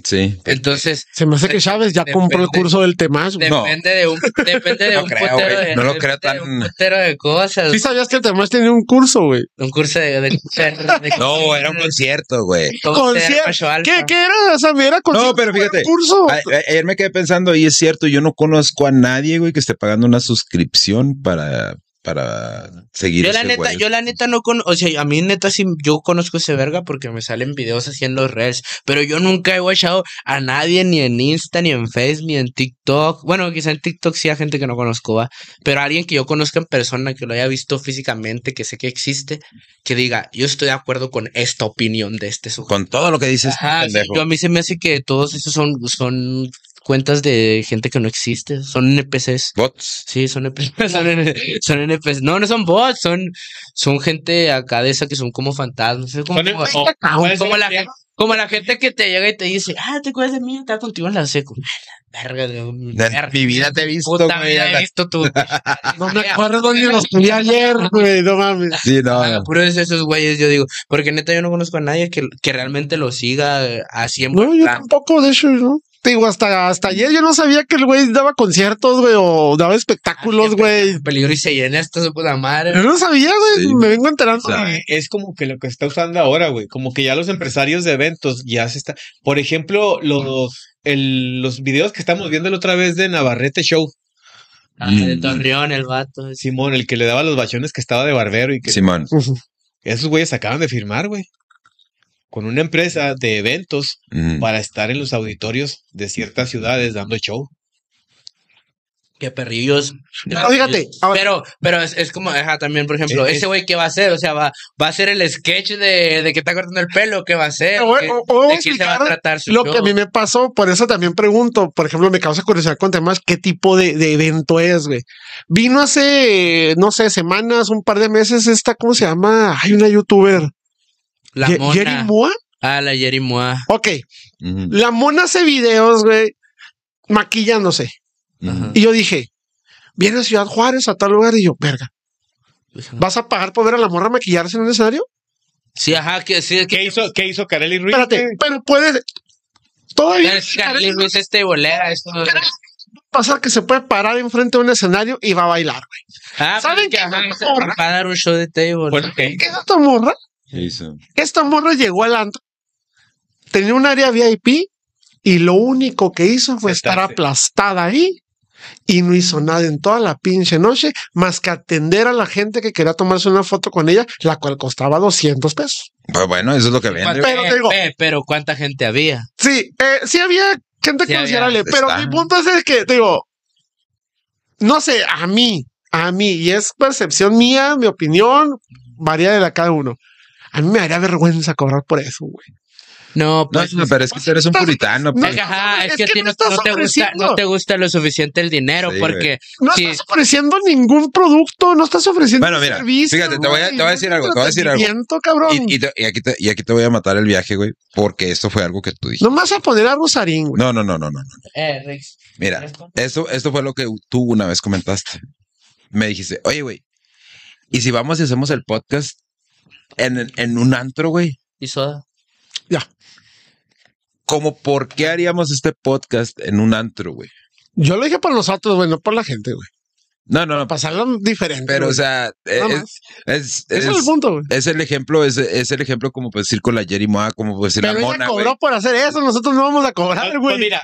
Sí.
Entonces,
Se me hace que Chávez ya compró el
Depende.
curso del Temash. güey.
No.
depende de un, depende de
No
un
creo,
putero
güey.
de,
No lo
depende
creo tan-
de un putero de cosas.
Sí sabías que el Temash tenía un curso, güey.
Un curso de, de- de-
No, era un concierto, güey.
cómo
Concier-
ser macho alfa.
¿Qué, ¿Qué era? O sea, era con
No, pero fíjate.
curso.
A- a- Ayer me quedé pensando, y es cierto, yo no conozco a nadie, güey, que esté pagando una suscripción para, para seguir.
Yo la
este
neta,
güey.
yo la neta no con, o sea, a mí neta sí yo conozco ese verga porque me salen videos así en los reels, pero yo nunca he watchado a nadie ni en Insta ni en Face ni en TikTok. Bueno, quizá en TikTok sí hay gente que no conozco, va, pero alguien que yo conozca en persona, que lo haya visto físicamente, que sé que existe, que diga, "Yo estoy de acuerdo con esta opinión de este sujeto."
Con todo lo que dices,
Ajá, sí,
este pendejo.
yo a mí se me hace que todos esos son son cuentas de gente que no existe, son NPCs.
Bots.
Sí, son NPCs. Son, N son NPCs. No, no son bots, son, son gente acá de esa que son como fantasmas. es como,
Son-
como-
o- puede ser
como la,
que-
gen- como la gente que te llega y te dice, ah, te acuerdas de mí, estaba contigo en la secu. Ah, la Verga de un- verga.
Mi vida te he visto,
Puta, eh.
güey.
vida, he visto tu.
No me acuerdo ni lo estudié ayer, güey. No mames.
Sí, no.
Ah, Puro es esos güeyes, yo digo, porque neta yo no conozco a nadie que, que realmente lo siga eh, así en
No, yo tampoco, de hecho, ¿no? Te digo, hasta, hasta ayer yo no sabía que el güey daba conciertos, güey, o daba
Ah,
espectáculos, güey.
peligro y se llena esta su puta
Yo
madre.
no sabía, güey.
Sí.
Me vengo enterando.
O sea,
Ah, Es como que lo que se está usando ahora, güey. Como que ya los empresarios de eventos ya se está. Por ejemplo, los, el- los videos que estamos viendo la otra vez de Navarrete Show,
Ah, de
Mm.
Torreón, el vato. sí.
Simón, el que le daba los bachones que estaba de barbero y que
Simón.
esos güeyes acaban de firmar, güey. Con una empresa de eventos
Mm.
para estar en los auditorios de ciertas ciudades dando show.
Qué perrillos.
No, fíjate, ahora-
Pero, pero es, es como, ajá, también, por ejemplo,
Es- es-
ese güey, ¿qué va a hacer? O sea, va, va a hacer el sketch de, de que está cortando el pelo, ¿qué va a hacer?
Te voy-
¿Qué-
o- o voy a
¿De qué se va a
explicar
tratar su
Lo
show?
que a mí me pasó, por eso también pregunto, por ejemplo, me causa curiosidad con temas, qué tipo de, de evento es, güey. Vino hace, no sé, semanas, un par de meses, esta, ¿cómo se llama? Hay una youtuber.
La
Ye-
mona.
Yeri Mua.
ah, la Jerry Moa.
Ok,
Mm.
la mona hace videos, güey, maquillándose.
Mm.
Y yo dije, viene a Ciudad Juárez a tal lugar. Y yo, verga, ¿Vas a pagar por ver a la morra maquillarse en un escenario?
Sí, ajá, que sí,
¿Qué
que
hizo, qué hizo Kareli Ruiz?
Espérate, pero puedes. Todavía
Carly Ruiz este bolera, esto.
pasa que se puede parar enfrente de un escenario y va a bailar. güey.
Ah,
¿Saben
que
qué?
ajá, se- va a dar un show de table.
Bueno, ok.
¿Qué es esta morra?
¿Qué hizo?
Esta morra llegó al antro, tenía un área VIP y lo único que hizo fue estar
Sentarse.
aplastada ahí y no hizo nada en toda la pinche noche más que atender a la gente que quería tomarse una foto con ella, la cual costaba 200 pesos.
Pues bueno, eso es lo que vende.
Pero te digo-
Eh, pero cuánta gente había.
Sí, eh, sí había gente
Sí había,
considerable, pero
está.
mi punto es el que, te digo, no sé, a mí, a mí, y es percepción mía, mi opinión, varía de la cada uno. A mí me daría vergüenza cobrar por eso, güey.
No,
No,
pues.
no, pero es que tú eres un
Estás- no,
puritano. pues.
es que, ajá, es,
es
que,
que
a ti
no
no,
estás
no te gusta,
ofreciendo.
no te gusta lo suficiente el dinero,
Sí,
porque
No
Sí.
estás ofreciendo ningún producto, no estás ofreciendo
Bueno, mira,
servicio.
fíjate, te voy a-
güey,
te voy a decir algo, te voy a decir algo.
entretenimiento, cabrón.
Y, y te- y aquí te, y aquí te voy a matar el viaje, güey, porque esto fue algo que tú dijiste.
No me vas a poner a Rosarín, güey.
No, no, no, no, no. no.
eh, Rix,
Mira, esto, esto fue lo que tú una vez comentaste. Me dijiste, oye, güey, ¿y si vamos y hacemos el podcast en, en- en un antro, güey?
y soda.
Como, ¿por qué haríamos este podcast en un antro, güey?
Yo lo dije por nosotros, güey, no por la gente, güey.
No, no, no.
Pasarlo diferente.
Pero, o
güey.
sea,
Nada
es,
más.
es, es,
Ese es el punto, güey.
es el ejemplo, es, es el ejemplo como pues decir con la Jerry Moa, como pues decir la
Pero ella
mona, güey.
cobró por hacer eso, nosotros no vamos a
Ah,
cobrar,
pues
güey.
mira,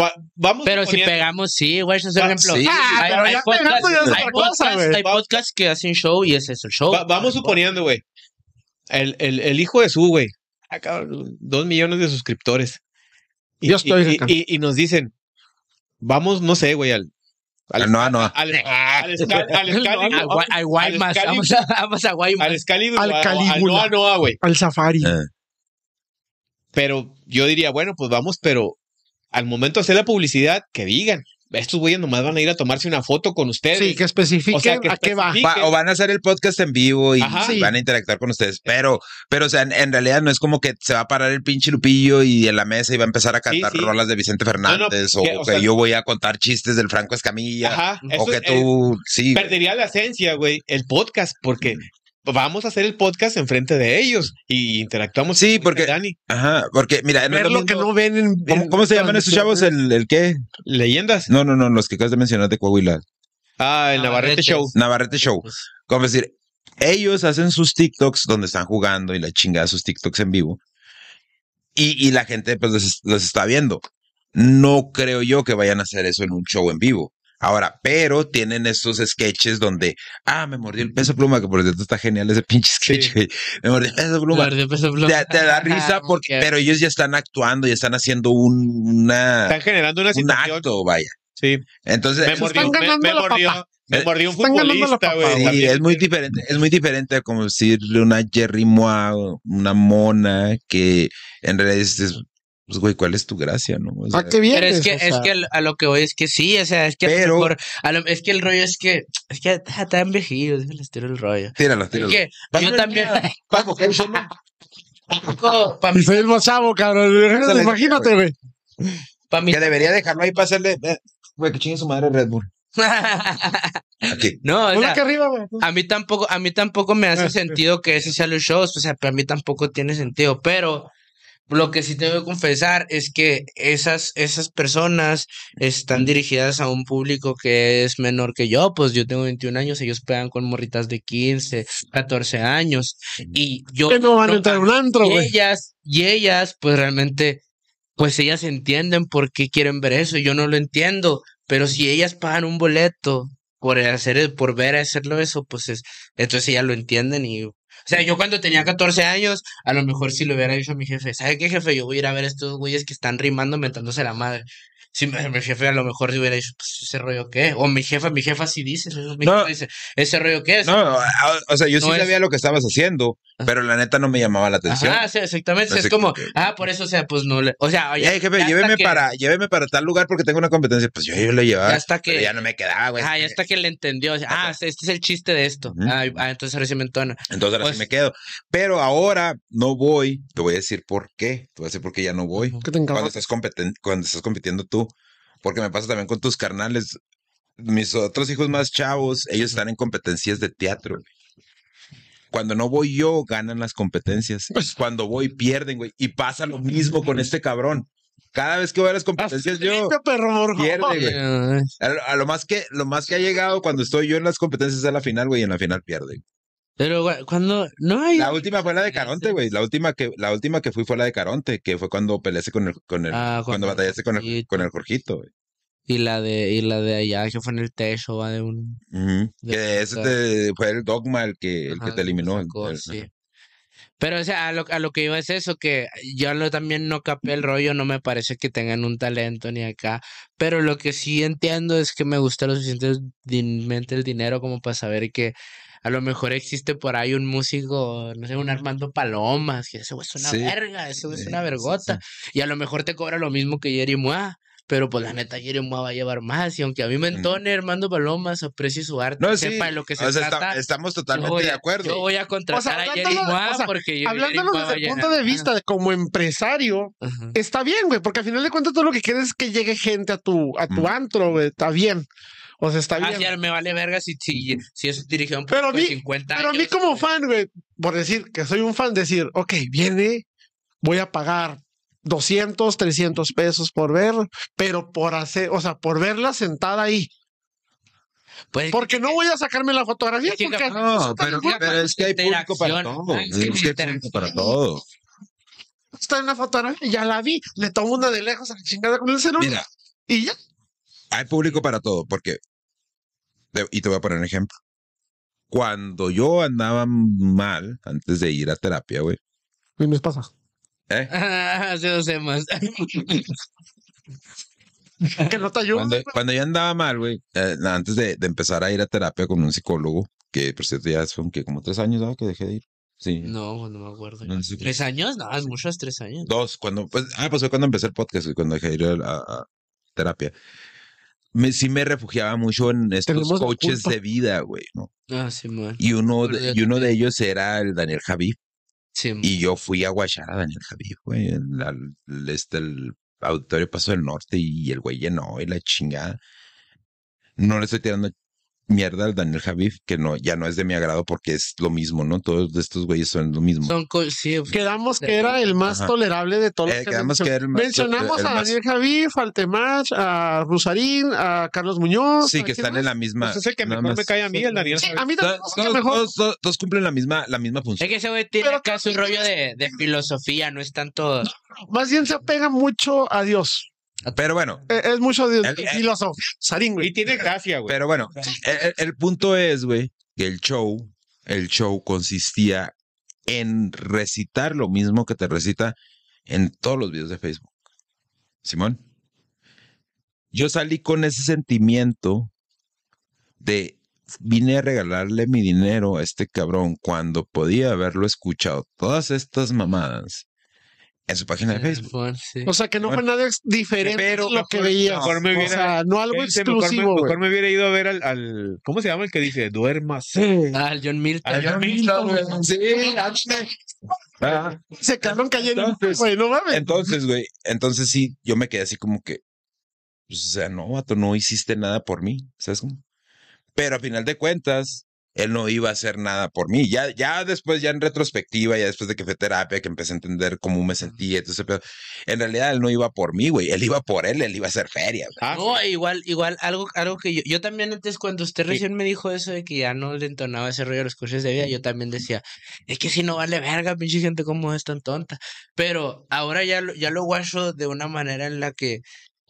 va- vamos
Pero si
suponiendo-
pegamos, sí, güey, eso es un
Ah,
ejemplo.
sí.
Ah,
Hay,
pero
hay
ya
podcasts,
pegando ya es
hay
otra cosa,
podcasts-
güey.
hay podcasts que hacen show y ese es el
Oh,
show.
va- vamos suponiendo, güey. El, el- el hijo de su, güey. Ah, cabrón, Dos millones de suscriptores. Y,
Yo estoy
y-
acá.
y- y nos dicen, vamos, no sé, güey, al,
Ah, No, ah, no. ah.
al, al, Excal- al
A
Excalibur.
Gua- a Guaymas,
Al
vamos a, vamos a Guaymas.
Al Excalibur.
Al
o a- o Al
Calígula.
Noa Noa, güey.
Al safari.
Eh,
Pero yo diría, bueno, pues vamos, pero al momento de hacer la publicidad, que digan, estos güeyes nomás van a ir a tomarse una foto con
Eh,
ustedes.
sí, que especifiquen
o sea, que
a qué va.
especifiquen.
Va- o van a hacer el podcast en vivo y
Ajá.
van a interactuar con ustedes. Pero, pero, o sea, en, en realidad no es como que se va a parar el pinche Lupillo y en la mesa y va a empezar a cantar
sí.
rolas de Vicente Fernández
No, no,
o,
que,
que
o sea,
yo voy a contar chistes del Franco Escamilla
Ajá,
o
eso
que
es- eh,
tú, sí. güey.
perdería la esencia, güey, el podcast, porque
Mm.
vamos a hacer el podcast enfrente de ellos y interactuamos.
Sí,
con
porque-
Dani.
Ajá, porque mira, no es
Ver
lo
lo que
mismo-
no ven en.
¿Cómo,
en-
cómo se llaman esos chavos? ¿El, el qué?
Leyendas.
No, no, no, los que acabas de mencionar de Coahuila.
Ah, el Navarrete
Navarrete.
Show.
Navarrete Show.
Pues,
Como decir, ellos hacen sus TikToks donde están jugando y la chingada sus TikToks en vivo. Y, y la gente pues los, los está viendo. No creo yo que vayan a hacer eso en un show en vivo. Ahora, pero tienen estos sketches donde, ah, me mordió el peso pluma, que por cierto está genial ese pinche sketch,
Sí.
güey. Me mordió el peso pluma.
Verde, pues,
Te, te da risa,
Ajá,
porque,
ok.
pero ellos ya están actuando y están haciendo un, una,
Están generando una
un
situación.
acto, vaya.
Sí,
Entonces,
me
eso es
mordió,
están
me- me,
ganando la
mordió,
papa.
me
Eh,
mordió un
están ganando la
futbolista,
papa,
güey.
güey.
Sí,
también.
es muy diferente, es muy diferente a como decirle una Jerry Moa, una mona, que en realidad dices, pues güey, ¿cuál es tu gracia, no? O sea,
¿A qué vienes?
Pero es que,
O sea,
es que al- a lo que voy es que sí, o sea, es que a lo
Pero-
mejor- a lo- es que el rollo es que, es que ah, están viejillos, les tiro el rollo.
tíralo,
Es
tíralo.
que yo también,
Paco, ¿qué hizo, no?
Paco, pa'
Y
mí,
soy el más chavo, cabrón.
Ándale,
Imagínate, güey.
pa' mí-
Que debería dejarlo ahí para hacerle, eh, güey, que chingue su madre Red Bull. Aquí.
no, o
Ponlo
sea,
aquí arriba, güey.
a mí tampoco, a mí tampoco me hace
Ah,
sentido que eso sea los shows, o sea, para mí tampoco tiene sentido, pero lo que sí tengo que confesar es que esas, esas personas están dirigidas a un público que es menor que yo, pues yo tengo 21 años, ellos pegan con morritas de 15, 14 años, y yo...
Que no van a
no-
entrar a un antro,
y
güey.
ellas, y ellas, pues realmente, pues ellas entienden por qué quieren ver eso. Yo no lo entiendo, pero si ellas pagan un boleto por hacer, por ver hacerlo eso, pues es, entonces ellas lo entienden y, o sea, yo cuando tenía 14 años, a lo mejor si lo hubiera dicho a mi jefe, ¿sabe qué jefe? Yo voy a ir a ver a estos güeyes que están rimando, mentándose la madre. Si mi mi jefe a lo mejor si hubiera dicho, pues ese rollo qué, o mi jefa, mi jefa sí dice, mi
No.
jefa dice, ese rollo qué es.
No, o, o sea, yo sí
No es-
sabía lo que estabas haciendo, pero la neta no me llamaba la atención.
Ajá, sí, exactamente.
No
es
sé
como,
qué-
ah, por eso, o sea, pues no le. O sea,
Oye, jefe,
hasta
lléveme
que-
para, lléveme para tal lugar porque tengo una competencia. Pues yo, yo le llevaba.
Ya hasta
pero
que.
ya no me quedaba, güey.
ah, ya hasta que le entendió. o sea, ah, este este es el chiste de esto.
Ujú.
Ah, ah, entonces ahora sí me entona.
Entonces ahora
Pues-
sí me quedo. Pero ahora no voy. Te voy a decir por qué. Te voy a decir por qué ya no voy.
Ujú.
Que te
Cuando
encabrones.
estás, competen- cuando estás compitiendo tú. Porque me pasa también con tus carnales. Mis otros hijos más chavos, ellos están en competencias de teatro. güey. Cuando no voy yo, ganan las competencias.
Pues
Cuando voy, pierden, güey. Y pasa lo mismo con este cabrón. Cada vez que voy a las competencias, yo
Este perro, por
pierde,
favor.
güey. A lo, a lo más que lo más que ha llegado cuando estoy yo en las competencias a la final, güey, y en la final pierde.
Pero güey, cuando no hay.
La última fue la de Caronte, güey. La última que la última que fui fue la de Caronte, que fue cuando peleaste con el con el
Ah, Juan
cuando batallaste con el
Jorgito.
con el Jorgito, güey.
Y la de, y la de allá que fue en el techo, va de un.
Ujú.
De
Que ese te- fue el dogma el que el que
Ajá,
te eliminó.
sacó,
El- el-
sí. Pero, o sea, a lo, a lo que iba es eso, que yo lo- también no capé el rollo, no me parece que tengan un talento ni acá. Pero lo que sí entiendo es que me gusta lo suficientemente el dinero como para saber que a lo mejor existe por ahí un músico, no sé, un Armando Palomas, que ese güey es una
Sí. eh,
verga, ese güey es una
Sí, sí,
vergota. Y a lo mejor te cobra lo mismo que Jerry Mua, pero pues la neta Jerry Mua va a llevar más. Y aunque a mí me entone Armando Palomas, aprecie su arte,
No, sí.
sepa de lo que se
o sea, está-
trata.
estamos
Yo
totalmente
voy
de
a-
acuerdo.
Yo voy a contratar
O sea,
a
hablándolo-
Jerry Mua
o sea,
porque yo
Hablándonos desde el punto de vista de como empresario,
Ajá.
está bien, güey, porque al final de cuentas todo lo que quieres es que llegue gente a tu, a tu
Mm.
antro, güey, está bien. O sea, está
Ah, sí,
bien.
me vale verga si, si, si es dirigido a un
Pero a
público de
mí-
50
Pero a mí
años.
como fan, güey, por decir que soy un fan, decir, ok, viene, voy a pagar 200, 300 pesos por ver, pero por hacer, o sea, por verla sentada ahí,
Pues,
porque no voy a sacarme la fotografía.
Sí,
porque-
capaz.
No, pero,
Una
pero es que hay público para
interacción.
todo.
Ay,
Es
sí,
que hay público
interacción.
para todo.
está en la fotografía, ya la vi, le tomo una de lejos a la chingada con el celular
Mira,
y ya.
hay público para todo, porque, te- y te voy a poner un ejemplo. Cuando yo andaba mal, antes de ir a terapia, güey,
Y nos pasa.
¿eh?
Hace dos semanas.
Que no te ayuda.
cuando, cuando yo andaba mal, güey, eh, na- antes de, de empezar a ir a terapia con un psicólogo, que por cierto ya son que como tres años ¿verdad? que dejé de ir. Sí.
No, no me acuerdo.
No sé.
¿Tres años? No, es muchos tres años.
Dos, cuando, pues, ah, pues fue cuando empecé el podcast, güey, cuando dejé de ir a, a- a terapia. Me, sí me refugiaba mucho en estos
Tenemos la
coaches
culpa.
de vida, güey, ¿no?
Ah, Simón.
Y uno,
Pero
de,
yo
y uno de ellos era el Daniel Javi.
Simón.
Y yo fui a guachar a Daniel Javier, güey, en la- el- este, el auditorio Paso del Norte y el güey llenó y la chingada. No le estoy tirando mierda al Daniel Javier, que no, ya no es de mi agrado porque es lo mismo, ¿no? Todos estos güeyes son lo mismo.
Son co- sí,
Quedamos que era el más
Ajá.
tolerable de todos. los
Eh,
que
quedamos
mencionamos.
que era el más-
Mencionamos
el
a
más-
Daniel Javi, Faltemach, a Rusarín, a Carlos Muñoz.
sí,
¿a
que
quién
están en
más?
la misma.
Pues es el que
nada
mejor me
más.
cae a mí, el Daniel.
Sí, ah,
Javier.
a mí
Todos,
también me gusta
todos-
mejor.
todos- todos- todos cumplen la misma, la misma
Es
función.
que ese güey tiene
Pero-
acá su rollo de, de filosofía, no es tanto.
Más bien se apega mucho a Dios.
Pero bueno,
Eh, Es, mucho a Dios.
El- el-
Filósofo. Sarín, güey.
Y tiene gracia, güey.
Pero bueno, el, el- el punto es, güey, que el show, el show consistía en recitar lo mismo que te recita en todos los videos de Facebook. Simón, yo salí con ese sentimiento de vine a regalarle mi dinero a este cabrón cuando podía haberlo escuchado todas estas mamadas en su página de Facebook.
Simón, Ah, sí.
O sea, que no fue
Bueno.
nada ex- diferente
Pero
de lo que
mejor-
veías.
mejor me
o
hubiera-
sea, no algo
Fíjense, mejor me-
exclusivo,
mejor,
güey.
me hubiera ido a ver al, al- ¿Cómo se llama el que dice? Duermas.
Ah, el John Milton.
Ah.
Se quedaron cayendo.
Entonces-
Güey, no mames.
Entonces, güey, entonces sí, yo me quedé así como que, pues, o sea, no, vato, no hiciste nada por mí, ¿sabes cómo? Pero a final de cuentas, él no iba a hacer nada por mí. Ya, ya después, ya en retrospectiva, ya después de que fue terapia, que empecé a entender cómo me sentía, entonces, pero en realidad él no iba por mí, güey, él iba por él, él iba a hacer feria, güey.
Ah,
No, igual, igual, algo, algo que yo, yo también antes, cuando usted recién me dijo eso de que ya no le entonaba ese rollo a los coches de vida, yo también decía, es que si no vale verga, pinche gente, como es tan tonta? Pero ahora ya lo, ya lo guacho de una manera en la que,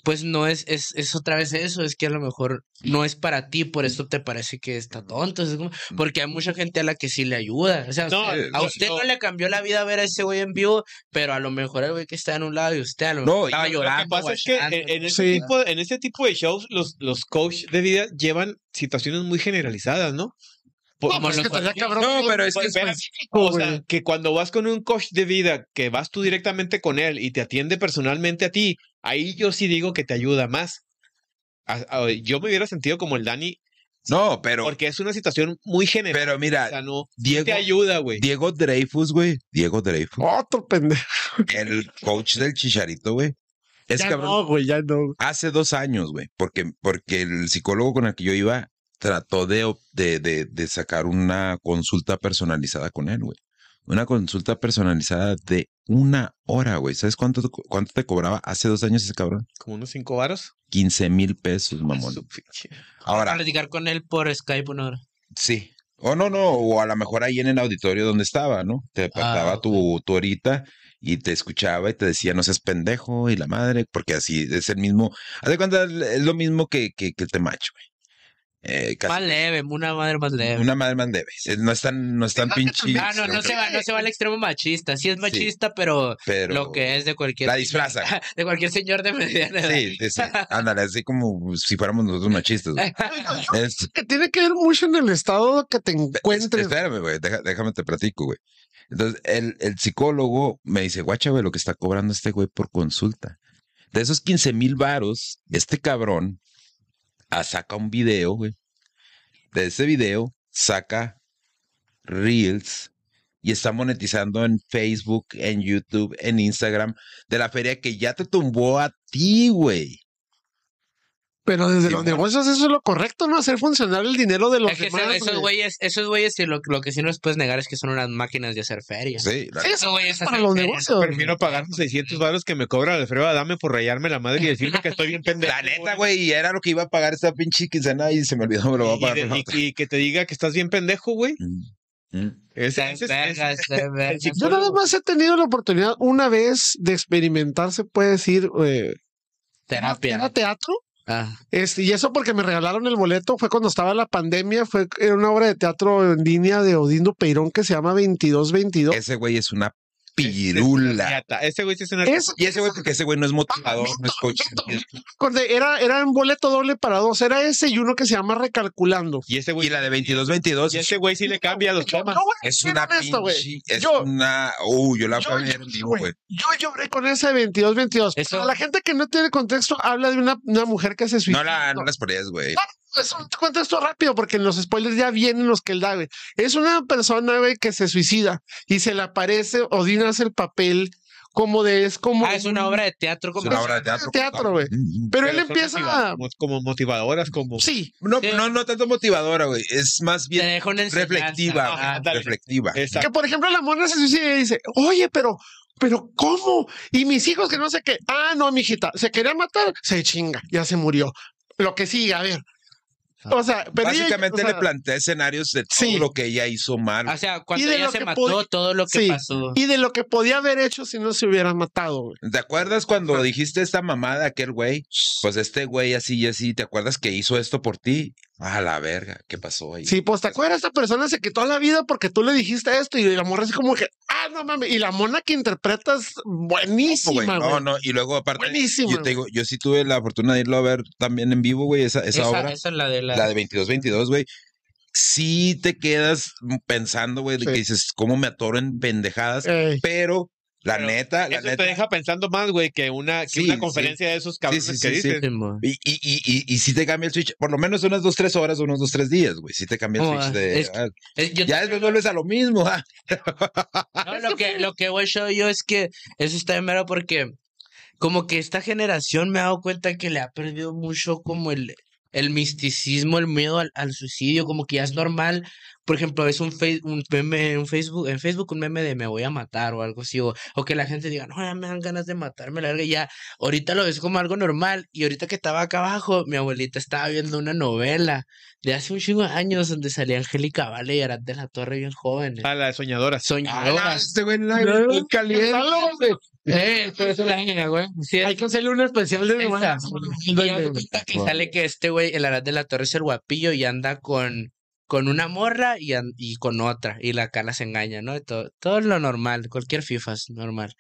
pues no es, es, es otra vez eso, es que a lo mejor no es para ti, por eso te parece que está tonto, es como- porque hay mucha gente a la que sí le ayuda, o sea,
Mm. No,
usted- a
no,
usted no,
no.
le cambió la vida ver a ese güey en vivo, pero a lo mejor el güey que está en un lado y usted a lo mejor
No, y
estaba
lo que
Lo que
llorando.
pasa es que
guachando,
en, en
¿no?
este tipo, en este tipo de shows, los, los coach de vida llevan situaciones muy generalizadas, ¿no? Por-
No, pues es que estaría cabrón.
No, pero es que
Pues,
es
espera, o sea, que cuando vas con un coach de vida, que vas tú directamente con él y te atiende personalmente a ti, ahí yo sí digo que te ayuda más. A- a- yo me hubiera sentido como el Dani,
No, pero,
porque es una situación muy general.
pero
o sea,
mira,
no
Diego,
te ayuda, güey.
Diego Dreyfus, güey, Diego Dreyfus,
Otro pendejo.
el coach del chicharito, güey. Es
ya
cabrón.
no, güey, ya no.
hace dos años, güey, porque, porque el psicólogo con el que yo iba trató de, op- de, de, de sacar una consulta personalizada con él, güey. Una consulta personalizada de una hora, güey. ¿Sabes cuánto, te co- cuánto te cobraba hace dos años ese cabrón?
Como unos cinco varos.
15 mil pesos, mamón.
Su pinche-
Ahora,
Platicar con él por Skype una hora.
Sí. O no, no, o a lo mejor ahí en el auditorio donde estaba, ¿no? Te
Ah,
apartaba tu, tu horita y te escuchaba y te decía, no seas pendejo y la madre, porque así es el mismo. Haz de cuenta, es lo mismo que, que, que el temacho, güey. Eh, casi-
Más leve, una madre más leve.
una madre más leve. Eh, No están, no están pinches.
Ah, no, no se, va, no se va al extremo machista. Sí es machista, pero,
Pero
lo que es de cualquier...
la disfraza. güey.
de cualquier señor de mediana edad.
Sí, sí, sí. Ándale, así como si fuéramos nosotros machistas. güey. Es-
que tiene que ver mucho en el estado que te
Cuéntame,
encuentres.
Espérame, güey, deja- déjame te platico, güey. Entonces, el, el psicólogo me dice, guacha, güey, lo que está cobrando este güey por consulta. De esos 15 mil varos, este cabrón ah, saca un video, güey. De ese video saca Reels y está monetizando en Facebook, en YouTube, en Instagram, de la feria que ya te tumbó a ti, güey.
Pero desde
Sí,
los
bueno.
negocios eso es lo correcto, ¿no? Hacer funcionar el dinero de los
Es que
demás.
eso- esos
güey.
güeyes, esos güeyes, sí, lo, lo que sí no les puedes negar es que son unas máquinas de hacer ferias.
Sí, la-
Eso
güeyes
para
hacen
los
feria.
negocios.
Prefiero pagar los 600 varos que me cobra Alfredo Adame por rayarme la madre y decirme que estoy bien pendejo.
la neta, güey, y era lo que iba a pagar esta pinche quincena y se me olvidó, me lo voy a
Y,
pagar.
de-
por la
y-
otra.
y que te diga que estás bien pendejo, güey.
Mm, mm.
Ese-
Están
ese- ese-
vergas, están vergas.
Yo nada más he tenido la oportunidad una vez de experimentar, se puede decir, eh, era
Terapia.
teatro.
Ah,
Este, y eso porque me regalaron el boleto, fue cuando estaba la pandemia, fue en una obra de teatro en línea de Odindo Peirón que se llama 2222.
Ese güey es una
ese-
pirula.
ese- Ese güey sí es una.
Es,
Y ese güey, porque ese güey no es motivador, no es coach.
acordé, era, era un boleto doble para dos, era ese y uno que se llama Recalculando.
Y ese
Y
güey.
la de
Y
22-22
ese güey sí le cambia los
Yo,
tomas.
yo voy a
es
ser
una
honesto, güey.
pinche. Es
Yo-
una. Uh, yo la
Yo
fui a ver en
lloré,
vivo,
güey.
güey.
Yo lloré con ese 22-22.
Eso-
Para La gente que no tiene contexto habla de una, una mujer que se suicidó.
No, la, no las ponías, güey.
es un contexto rápido porque en los spoilers ya vienen los que él da, güey. Es una persona, güey, que se suicida y se le aparece, Odín hace el papel como de, es como...
Ah, es una obra de teatro
Es
como.
una obra de teatro.
teatro, güey.
Mm, mm.
Pero, él
son
empieza...
motiva- Como motivadoras, como.
Sí,
No,
Sí.
no, no tanto motivadora, güey. Es más
Te
bien
dejo una enseñanza.
reflectiva.
Ah,
güey,
ándale.
reflectiva.
Exacto.
que por ejemplo la mona se suicida y dice, oye, pero... Pero ¿cómo? Y mis hijos que no sé qué. Ah, no, mijita, se quería matar, se chinga, ya se murió. Lo que sigue, a ver. O sea, pero ella-
Ah, Básicamente
o sea,
le plantea escenarios de todo
Sí.
lo que ella hizo mal.
O sea, cuando
Y de
ella
lo
se
que
mató,
pod-
todo lo que
Sí.
pasó.
y de lo que podía haber hecho si no se hubiera matado, güey.
¿Te acuerdas cuando dijiste esta mamada a aquel güey? Pues este güey así y así, ¿te acuerdas que hizo esto por ti? A la verga, ¿qué pasó ahí?
Sí, pues te acuerdas, esta persona se quitó la vida porque tú le dijiste esto y la morra así como que, ah, no mames, y la mona que interpretas,
No, güey,
buenísima,
no,
güey.
no, y luego aparte,
Buenísima,
yo te digo, yo sí tuve la fortuna de irlo a ver también en vivo, güey, esa, esa,
Esa,
obra,
esa es la de la.
la de 22-22, güey. Sí te quedas pensando, güey, de
Sí.
que dices, ¿cómo me atoro en pendejadas?
Ey.
Pero, la
Pero
neta, la
Eso
neta.
te deja pensando más, güey, que una, que
Sí,
una
sí.
conferencia de esos cabrones
Sí, sí,
que
sí, sí.
dicen.
Simón.
Y, y, y, y, y sí te cambia el switch, por lo menos unas dos, tres horas, unos dos, tres días, güey. Sí te cambia el
Oh,
switch de.
es que-
ah,
Es- yo-
ya después vuelves a lo mismo, ah.
No, lo que, lo que voy yo, yo es que eso está de mero porque como que esta generación me ha dado cuenta que le ha perdido mucho como el, el misticismo, el miedo al, al suicidio, como que ya es normal. Por ejemplo, ves un, face, un meme en Facebook, en Facebook un meme de me voy a matar o algo así, o, o que la gente diga, no, ya me dan ganas de matarme, la verga, y ya, ahorita lo ves como algo normal, y ahorita que estaba acá abajo, mi abuelita estaba viendo una novela de hace un chingo de años donde salía Angélica Vale y Arad de la Torre bien jóvenes.
A la de soñadoras.
Soñadoras.
este güey en la-
No,
muy caliente.
catálogo, güey.
Eh, por eso la niña, güey. Sí,
Hay que hacerle un especial de
esa. Y ya me
Güey.
cuenta que sale que este güey, el Arad de la Torre es el guapillo y anda con, con una morra y, an- y con otra. Y la cara se engaña, ¿no? Todo, todo lo normal, cualquier FIFA es normal.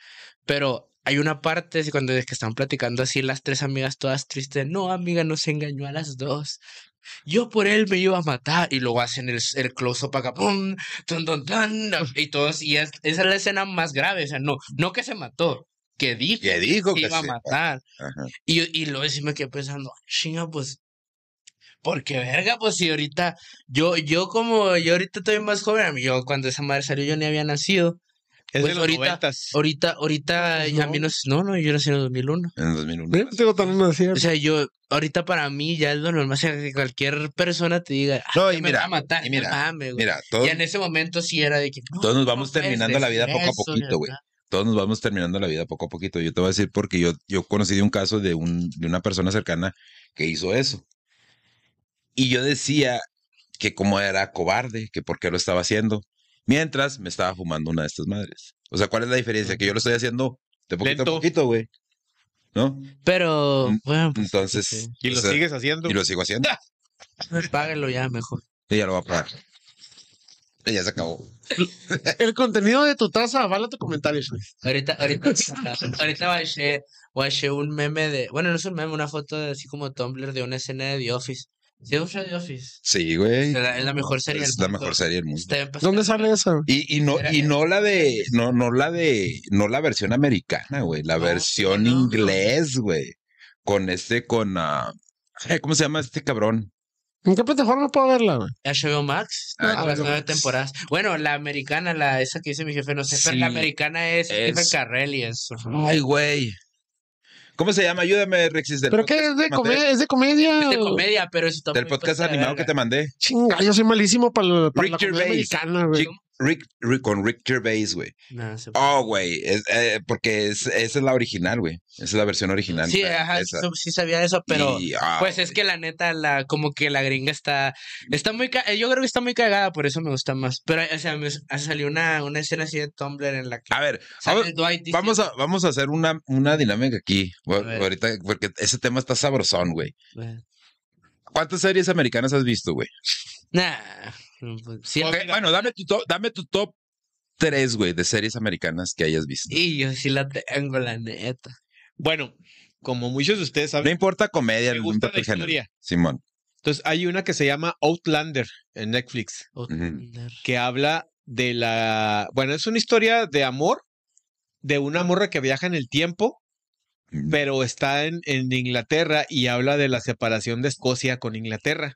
Pero hay una parte sí, cuando es que están platicando así las tres amigas todas tristes. No, amiga, nos engañó a las dos. Yo por él me iba a matar. Y luego hacen el, el close-up acá. ¡pum! ¡Tun, tun, tun! Y todos, y es- esa es la escena más grave. O sea, no, no que se mató, que dijo
Que dijo
que
que
iba a
sí.
matar.
Ajá.
Y, y luego sí me quedé pensando, chinga, pues, porque verga, pues si ahorita, yo, yo como, yo ahorita estoy más joven, a mí, yo cuando esa madre salió yo ni había nacido.
Es
Pues
de los
ahorita-
noventas.
Ahorita, ahorita,
Pues
ya a
no.
mí no, no, no, yo nací en el 2001.
En el 2001.
Ve, Digo, también me decía.
O sea, yo, ahorita para mí ya es lo normal, o sea, que cualquier persona te diga, "Ah,
No,
ya
y
me
mira,
va a matar,
y mira,
no mames, güey.
Mira, todos,
Y en ese momento sí era de que. no,
todos nos vamos
no puedes
terminando la vida
decir
poco a
eso,
poquito, güey.
¿verdad?
todos nos vamos terminando la vida poco a poquito. Yo te voy a decir porque yo, yo conocí de un caso de, un, de una persona cercana que hizo eso. Y yo decía que como era cobarde, que por qué lo estaba haciendo, mientras me estaba fumando una de estas madres. O sea, ¿cuál es la diferencia? Que yo lo estoy haciendo de poquito
Lento.
a poquito, güey. ¿No?
Pero,
Mm,
bueno, pues,
Entonces...
sí.
Y lo
o sea,
sigues haciendo.
Y lo sigo haciendo.
pues, págalo ya mejor.
Ella lo va a pagar. Y ya se acabó.
El contenido de tu taza avala tu comentario, Shui.
Ahorita, ahorita, ahorita bajé, bajé un meme de. Bueno, no es un meme, una foto de así como Tumblr de una escena de The Office. ¿Sí has visto The Office?
Sí, güey.
Es la, es la mejor serie
Es
del
la
mundo.
mejor serie del mundo.
Está bien pasada.
¿Dónde sale esa?
Y, y no, y no la de, no, no la de, no la versión americana, güey, la
No,
versión
no, no.
inglés, güey. Con este, con ah, ay, ¿cómo se llama este cabrón?
¿En qué plataforma puedo verla? güey?
HBO Max,
Ah,
todas las
HBO
nueve
Max.
temporadas. Bueno, la americana, la esa que dice mi jefe, no sé, pero
Sí,
la americana es,
es-
Stephen Carrell y es.
Ay, güey. ¿Cómo se llama? Ayúdame, Rexis, del,
¿Pero
pod-
qué? ¿Es de,
mandé.
comedia? ¿Es de comedia?
Es de comedia, pero si
del podcast animado que te mandé.
Chinga, yo soy malísimo para la, para
Rick
la comedia
Gervais.
americana, güey.
Rick, Rick, Rick- con Rick Gervais, güey. Oh, güey, es, eh, porque es- esa es la original, güey. Esa es la versión original.
Sí,
güey,
ajá,
esa.
eso- sí sabía eso, pero
Y, ah,
pues es que la neta, la, como que la gringa está, está muy, ca- yo creo que está muy cagada, por eso me gusta más. Pero, o sea, me ah, salió una, una escena así de Tumblr en la que
a ver,
sale
a ver,
Dwight diciendo-
vamos a, vamos a hacer una, una dinámica aquí.
A ver.
Ahorita, porque ese tema está sabrosón, güey. ¿Cuántas series americanas has visto, güey?
Nah, pues, sí,
Ok, bueno, dame tu, top, dame tu top 3, güey, de series americanas que hayas visto.
y yo sí la tengo, la neta.
Bueno, como muchos de ustedes
No
saben,
importa comedia,
Me
no
gusta
importa
la
el género.
historia.
Simón.
entonces hay una que se llama Outlander en Netflix.
Outlander.
que habla de la. Bueno, es una historia de amor, de una morra que viaja en el tiempo, pero está en, en Inglaterra y habla de la separación de Escocia con Inglaterra.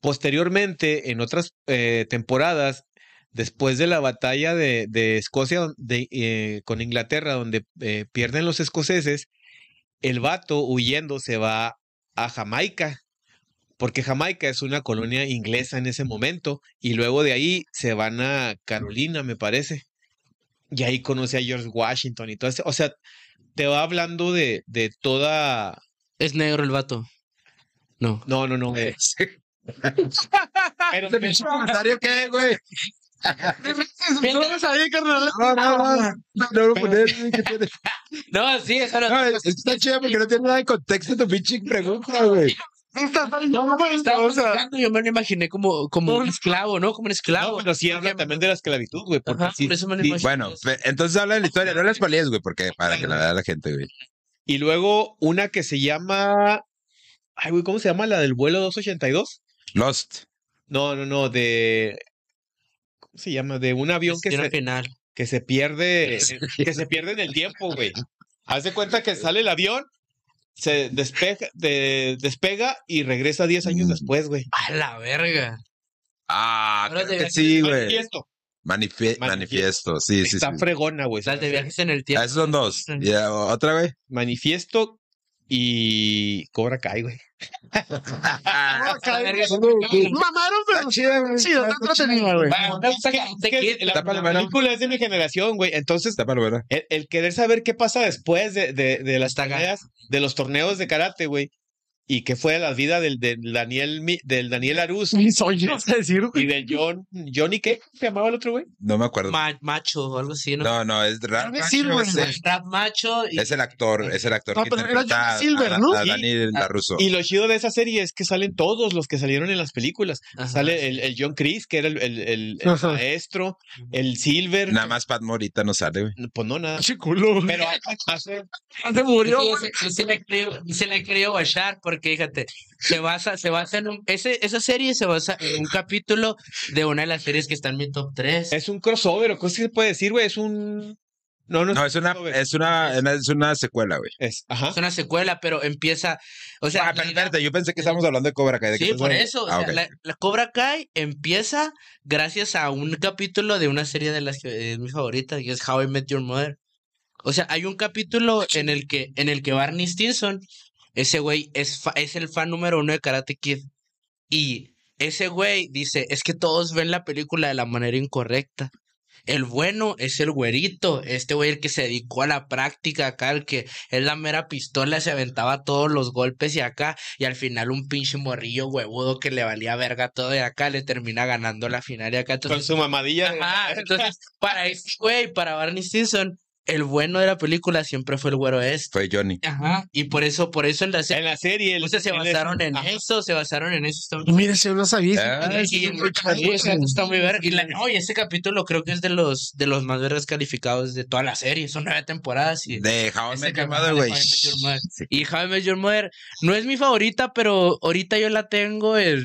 Posteriormente, en otras eh, temporadas, después de la batalla de, de Escocia don- de, eh, con Inglaterra, donde eh, pierden los escoceses, el vato huyendo se va a Jamaica, porque Jamaica es una colonia inglesa en ese momento, y luego de ahí se van a Carolina, me parece. Y ahí conoce a George Washington y todo eso. O sea, te va hablando de, de toda.
Es negro el vato. No.
No, no, no. eh. Pero-
comentario qué, güey?
No lo sabía, carnal. No, no, no. pues,
No lo pones. que tiene-
No, sí, eso no.
No, es que está chido porque no tiene nada de contexto tu pinche pregunta, güey.
Esta está yo, güey.
Estaba
O sea, ah,
buscando, yo me lo imaginé como, como un esclavo, ¿no? Como un
No,
esclavo.
pero sí habla
Porque-
también de la esclavitud, güey. Porque
Ajá,
sí-
por eso me lo
sí.
imagino.
Bueno, pe- entonces habla de la historia, no las palies, güey, porque para que la vea la gente, güey.
Y luego una que se llama. Ay, güey, ¿cómo se llama? La del vuelo 282.
Lost.
No, no, no, de. ¿Cómo se llama? De un avión que
Destino
se,
final.
que se pierde. Que se pierde en el tiempo, güey. Haz de cuenta que sale el avión, se despeja, de- despega y regresa 10 años
Mm.
después, güey.
A la verga.
Ah,
Ahora
creo
de
que sí, güey.
Manifiesto.
Manifie- manifiesto, sí, sí, sí.
Está fregona, güey.
Las de viajes en el
Ah,
tiempo.
esos son dos. Y, ah, otra, güey.
Manifiesto y Cobra Kai, güey.
Esta verga es-
Ah, Mamaron, pero chida, güey. Sí, está entretenida, güey.
Va, una cosa que te
Que
quita.
la,
Tápale,
la
mano.
película es de mi generación, güey. Entonces,
Está para ver.
el, el querer saber qué pasa después de, de, de las
Está acá.
tareas, de los torneos de karate, güey. Y qué fue la vida del, del Daniel Mi- del Daniel Arús
Ni soy yo, sé decir, güey.
y del John Johnny qué se llamaba el otro güey.
No me acuerdo.
Ma- macho o algo así, ¿no?
No, no, es Ralph
Johnny
Macchio,
Silver,
es,
güey.
el-
Rap macho y
es el actor, es el actor
No,
que
pero era
interpreta
Johnny
a-
Silver,
a-
¿no?
a
Y-
Daniel LaRusso.
Y lo chido de esa serie es que salen todos los que salieron en las películas.
Ajá.
Sale el, el John Chris, que era el, el- el- el
Ajá.
maestro, el Silver.
Nada más Pat Morita no sale, güey.
Pues no, nada.
Chiculo, güey. Ah,
Pero hace-
Se murió,
Sí,
güey.
ese- ese le creo- se le creo bachar porque fíjate, se basa, se basa en un, ese, esa serie se basa en un capítulo de una de las series que está en mi top 3.
es un crossover, o cómo se puede decir, güey. Es un No, no,
No, es una,
no,
es una, es una secuela, güey.
es- ajá.
Es una secuela, pero empieza. O sea,
Ah,
la
pero
idea-
espérate, yo pensé que estábamos hablando de Cobra Kai. de que
Sí,
estás
por
hablando-
eso. o
Ah,
sea,
ok.
la, la Cobra Kai empieza gracias a un capítulo de una serie de las que es mi favorita, que es How I Met Your Mother. O sea, hay un capítulo en el que, en el que Barney Stinson, ese güey, es, fa- es el fan número uno de Karate Kid. Y ese güey dice, es que todos ven la película de la manera incorrecta. El bueno es el güerito, este güey el que se dedicó a la práctica acá, el que es la mera pistola, se aventaba todos los golpes y acá, y al final un pinche morrillo huevudo que le valía verga todo y acá le termina ganando la final y acá.
Con
Entonces,
su mamadilla. de-
Ajá, entonces para ese güey, para Barney Stinson, el bueno de la película siempre fue el güero este.
Fue Johnny.
Ajá, y por eso, por eso en la serie,
en la serie. el-
o sea, se
él es-
basaron en
ajá.
eso, se basaron en eso. está-
Mira, si no sabía.
Ah,
y- y- sí, o sea, está muy verga. Y la- no, y este capítulo creo que es de los de los más vergas calificados de toda la serie. Son nueve temporadas y
De How I
Ese
Met Your
cabrón
Mother,
de
güey.
How I Met Your Mother.
Sí.
Y How I Met Your Mother no es mi favorita, pero ahorita yo la tengo en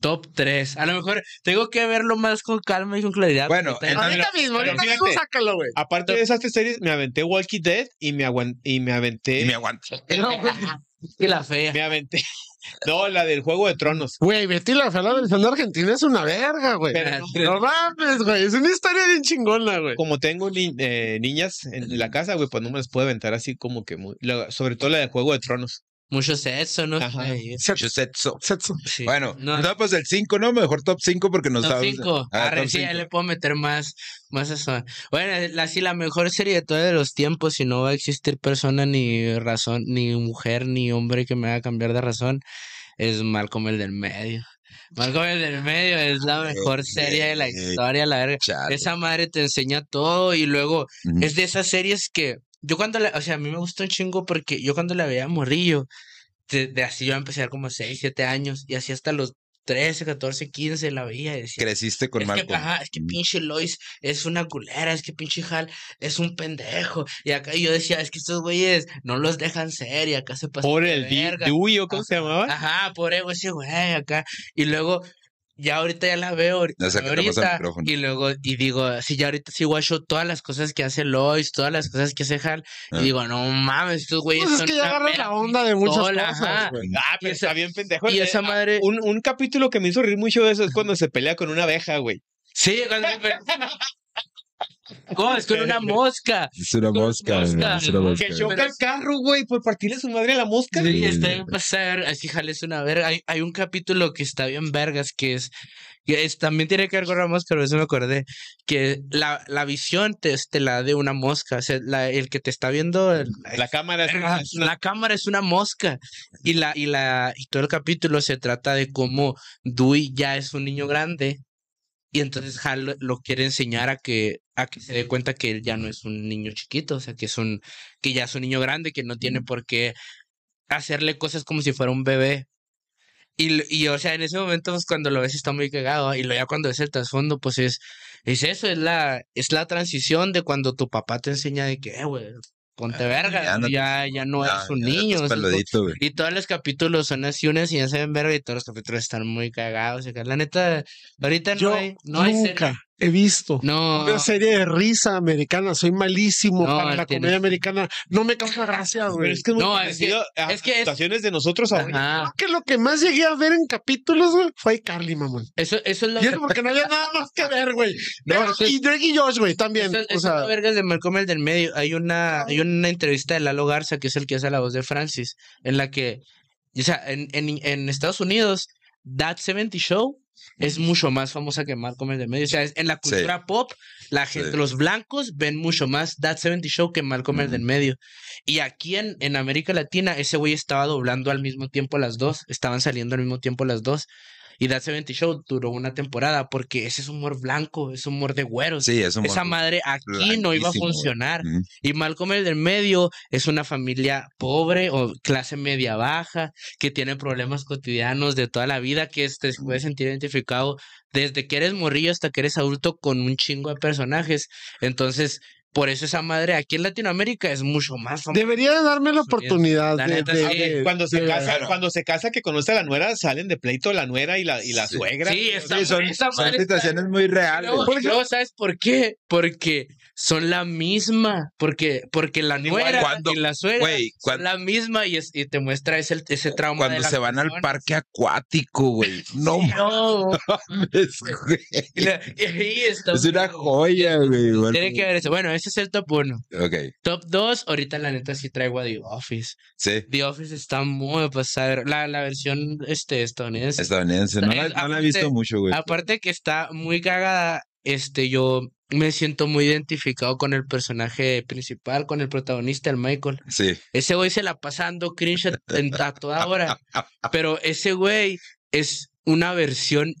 top 3. A lo mejor tengo que verlo más con calma y con claridad.
Bueno,
porque tengo-
entonces-
Ahorita mismo,
Pero
ahorita
fíjate.
mismo sácalo, güey.
Aparte de esas tres series, me aventé Walking Dead y me, aguan- y me aventé.
Y me
me,
aguanto.
No, güey.
y la fea.
aventé. No, la del Juego de Tronos.
Güey, Betty la fea la versión de Argentina es una verga, güey.
Pero no,
No mames, güey. Es una historia bien chingona, güey.
como tengo ni- eh, niñas en la casa, güey, pues no me las puedo aventar así como que muy. la- sobre todo la del Juego de Tronos.
Mucho sexo, ¿no?
Ajá.
Ay,
Se-
Yo said so.
Setsu.
sí.
Bueno,
no,
no, pues el 5, ¿no? Mejor top 5 porque nos
top
sabemos-
5.
Ah, top
sí, ahí
cinco.
le puedo meter más, más eso. Bueno, la, sí, la mejor serie de todos los tiempos. Y no va a existir persona, ni razón, ni mujer, ni hombre que me haga cambiar de razón. Es Malcolm el del medio. Malcolm el del medio es la mejor serie de la historia, la verga.
Chale. Mm.
Esa madre te enseña todo y luego
Ujú.
es de esas series que yo cuando la, o sea, a mí me gustó un chingo porque yo cuando la veía morrillo, de, de así yo empecé a ver como 6, 7 años y así hasta los 13, 14, 15 la veía y decía,
Creciste con
es
Malcolm.
que, ajá, es que pinche Lois es una culera, es que pinche Hal es un pendejo. Y acá yo decía, es que estos güeyes no los dejan ser y acá se pasan
Por
de
el
Pues, verga.
Dewey, ¿o ¿cómo se llamaba?
Ajá, Ah, por ego ese güey acá. Y luego, ya ahorita ya la veo. ahor-
No sé qué te pasa al
ahorita,
micrófono.
y luego, y digo, sí, ya ahorita sí guacho todas las cosas que hace Lois, todas las cosas que hace Hal.
Ah.
Y digo, no mames, estos güeyes
Pues es
son
que ya
una
agarran
mera
la onda de muchas
pistola,
cosas,
ajá.
güey.
Ah, pero
Y esa-
está bien pendejo.
Y
Eh,
esa
ah,
madre.
Un, un capítulo que me hizo reír mucho de eso es cuando se pelea con una abeja, güey.
Sí, cuando se pe- ¿Cómo? Es con una mosca.
Es una mosca,
Mosca.
güey, es una mosca.
Que choca el carro, güey, por partirle a su madre a la mosca.
Sí, está bien pasar, así Hal es una verga. Hay, hay un capítulo que está bien vergas, que es, que es- también tiene que ver con la mosca, pero eso me acordé, que la, la visión te, te la de una mosca, o sea, la- el que te está viendo, el-
La cámara es
verga,
es una-
la cámara es una mosca. Y, la, y, la, y todo el capítulo se trata de cómo Dewey ya es un niño grande. Y entonces Hal lo- lo quiere enseñar a que, a que se dé cuenta que él ya no es un niño chiquito, o sea, que, es un, que ya es un niño grande, que no tiene por qué hacerle cosas como si fuera un bebé. Y, l- y, o sea, en ese momento, pues, cuando lo ves está muy cagado, y luego ya cuando ves el trasfondo, pues es, es eso, es la, es la transición de cuando tu papá te enseña de que, eh, güey, ponte verga,
Ah, ya no te-
ya, ya no
Ah,
eres un
ya
niño.
estás
o sea,
peludito, güey.
y todos los capítulos son así unas y ya se ven verga y todos los capítulos están muy cagados. acá. la neta, ahorita no
Yo
hay, no hay serie.
nunca he visto
No,
una serie de risa americana. Soy malísimo
No,
para la
tienes-
comedia americana. No me causa gracia,
Pero
güey.
es que es muy
No, es
parecido a
es que es-
situaciones de nosotros ahora.
ajá.
Creo que lo que más llegué a ver en capítulos, güey, fue iCarly, mamón.
Eso, eso es lo
Y
que
es porque no había nada más que ver, güey.
No,
Pero-
es que-
y Drake y Josh, güey, también.
Eso-
o
eso
sea,
es lo vergas de Malcolm el del medio. Hay una, hay una entrevista de Lalo Garza, que es el que hace la voz de Francis, en la que, o sea, en, en, en Estados Unidos, That 70 Show es mucho más famosa que Malcolm el del medio. O sea, es- en la
Sí.
cultura pop, la gente,
Sí.
los blancos ven mucho más That 70 Show que Malcolm el
Ujú.
del medio. Y aquí en, en América Latina, ese güey estaba doblando al mismo tiempo las dos, estaban saliendo al mismo tiempo las dos. Y That 70 Show duró una temporada porque ese es humor blanco, es humor de güeros.
Sí, es un mosca.
Esa madre aquí no iba
Blanquísimo, güey.
a funcionar.
Ujú.
Y Malcolm el del medio es una familia pobre o clase media baja que tiene problemas cotidianos de toda la vida que es- te puedes sentir identificado desde que eres morrillo hasta que eres adulto con un chingo de personajes. Entonces, Por eso esa madre aquí en Latinoamérica es mucho más famosa.
Debería darme la oportunidad
La
de-
neta,
de-
sí.
de-
cuando se
de-
casa,
claro.
cuando se casa que conoce a la nuera, salen de pleito la nuera y la, y la
Sí.
suegra.
Sí, esta-
Sí, son,
esa
son
madre está-
situaciones muy reales.
Luego,
Por
luego, ¿sabes por qué? Porque son la misma. Porque, porque la
Igual,
nuera
cuando-
y la suegra
Güey,
son
cuando,
la misma y, es- y te muestra ese, ese trauma. de
cuando
las
se van al
personas.
parque acuático, güey. No
No,
mames, güey.
y la- y ahí está.
Es una joya, güey. güey.
Tiene que ver eso. Bueno, ese es el top 1.
Ok,
Top 2, ahorita la neta sí traigo a The Office.
sí.
The Office está muy pasada. La, la versión este, estadounidense.
Estadounidense. No la, no la he visto mucho, güey.
Aparte que está muy cagada, este, yo me siento muy identificado con el personaje principal, con el protagonista, el Michael.
Sí.
Ese güey se la pasando cringe a, en- a toda hora. Pero ese güey es una versión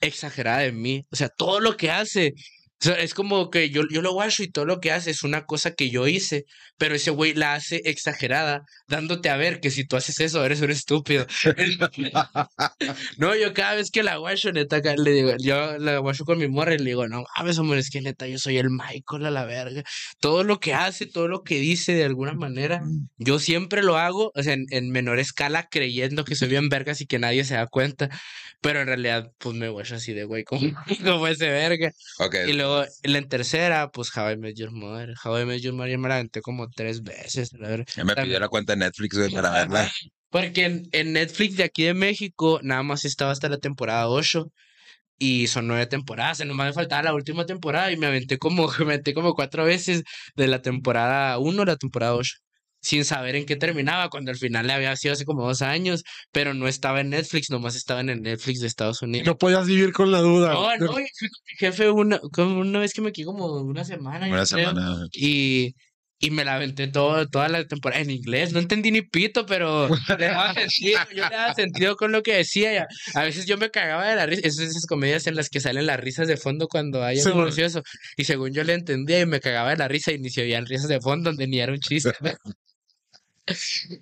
exagerada de mí. O sea, todo lo que hace. o sea, es como que yo, yo lo guacho y todo lo que hace es una cosa que yo hice, pero ese güey la hace exagerada, dándote a ver que si tú haces eso eres un estúpido. no, yo cada vez que la guacho, neta, acá le digo, yo la guacho con mi morra y le digo, no mames, hombre, es que neta, yo soy el Michael a la verga. Todo lo que hace, todo lo que dice de alguna manera, yo siempre lo hago, o sea, en, en menor escala, creyendo que soy bien vergas y que nadie se da cuenta, pero en realidad, pues me voy así de güey, como, como ese verga.
Ok.
Y luego, en la tercera, pues How I Met Your Mother. How I Met Your Mother me la aventé como tres veces, la verdad.
Ya me pidió la cuenta de Netflix, güey, para verla.
Porque en, en Netflix de aquí de México, nada más estaba hasta la temporada 8. Y son nueve temporadas, y nomás me faltaba la última temporada y me aventé como, me aventé como cuatro veces de la temporada 1 a la temporada 8, sin saber en qué terminaba, cuando al final le había sido hace como dos años, pero no estaba en Netflix, nomás estaba en el Netflix de Estados Unidos.
No podías vivir con la duda.
No, no, y fui con mi jefe una, como una vez que me quedé como una semana. yo
Una
creo,
semana.
Y, y me la aventé todo, toda la temporada en inglés. No entendí ni pito, pero le daba sentido. Yo le daba sentido con lo que decía. A, a veces yo me cagaba de la risa. Es de esas comedias en las que salen las risas de fondo cuando hay algo
Según-
gracioso. Y según yo le entendía y me cagaba de la risa y ni se oían risas de fondo donde ni era un chiste.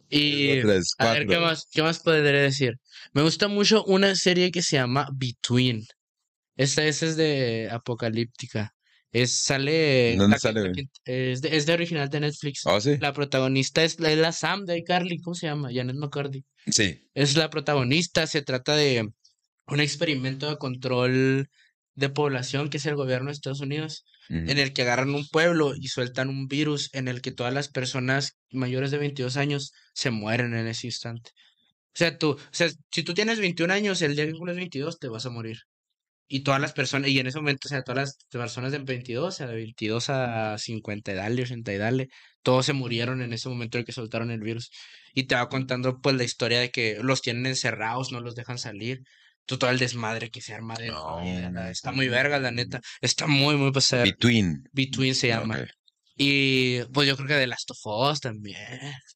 y...
Tres,
A ver, ¿qué
cuatro.
más, ¿qué más podré decir? Me gusta mucho una serie que se llama Between. Esta, esta es de Apocalíptica. Es, sale.
¿Dónde
la-
sale, güey?
la- Es de, es de original de Netflix.
¿Oh, sí?
La protagonista es, es la Sam de Carly. ¿Cómo se llama? Janet McCarthy.
Sí.
Es la protagonista. Se trata de un experimento de control de población que es el gobierno de Estados Unidos
Ujú.
en el que agarran un pueblo y sueltan un virus en el que todas las personas mayores de 22 años se mueren en ese instante. O sea, tú, o sea, si tú tienes 21 años, el día que cumples 22 te vas a morir. Y todas las personas, y en ese momento, o sea, todas las personas de 22, o sea, de 22 a 50 y dale, 80 y dale, todos se murieron en ese momento en el que soltaron el virus. Y te va contando, pues, la historia de que los tienen encerrados, no los dejan salir. Tú, todo el desmadre que se arma de...
No.
está muy verga, la neta. Está muy, muy pasada.
Between.
Between se llama.
Ok.
Y pues yo creo que de Last of Us también.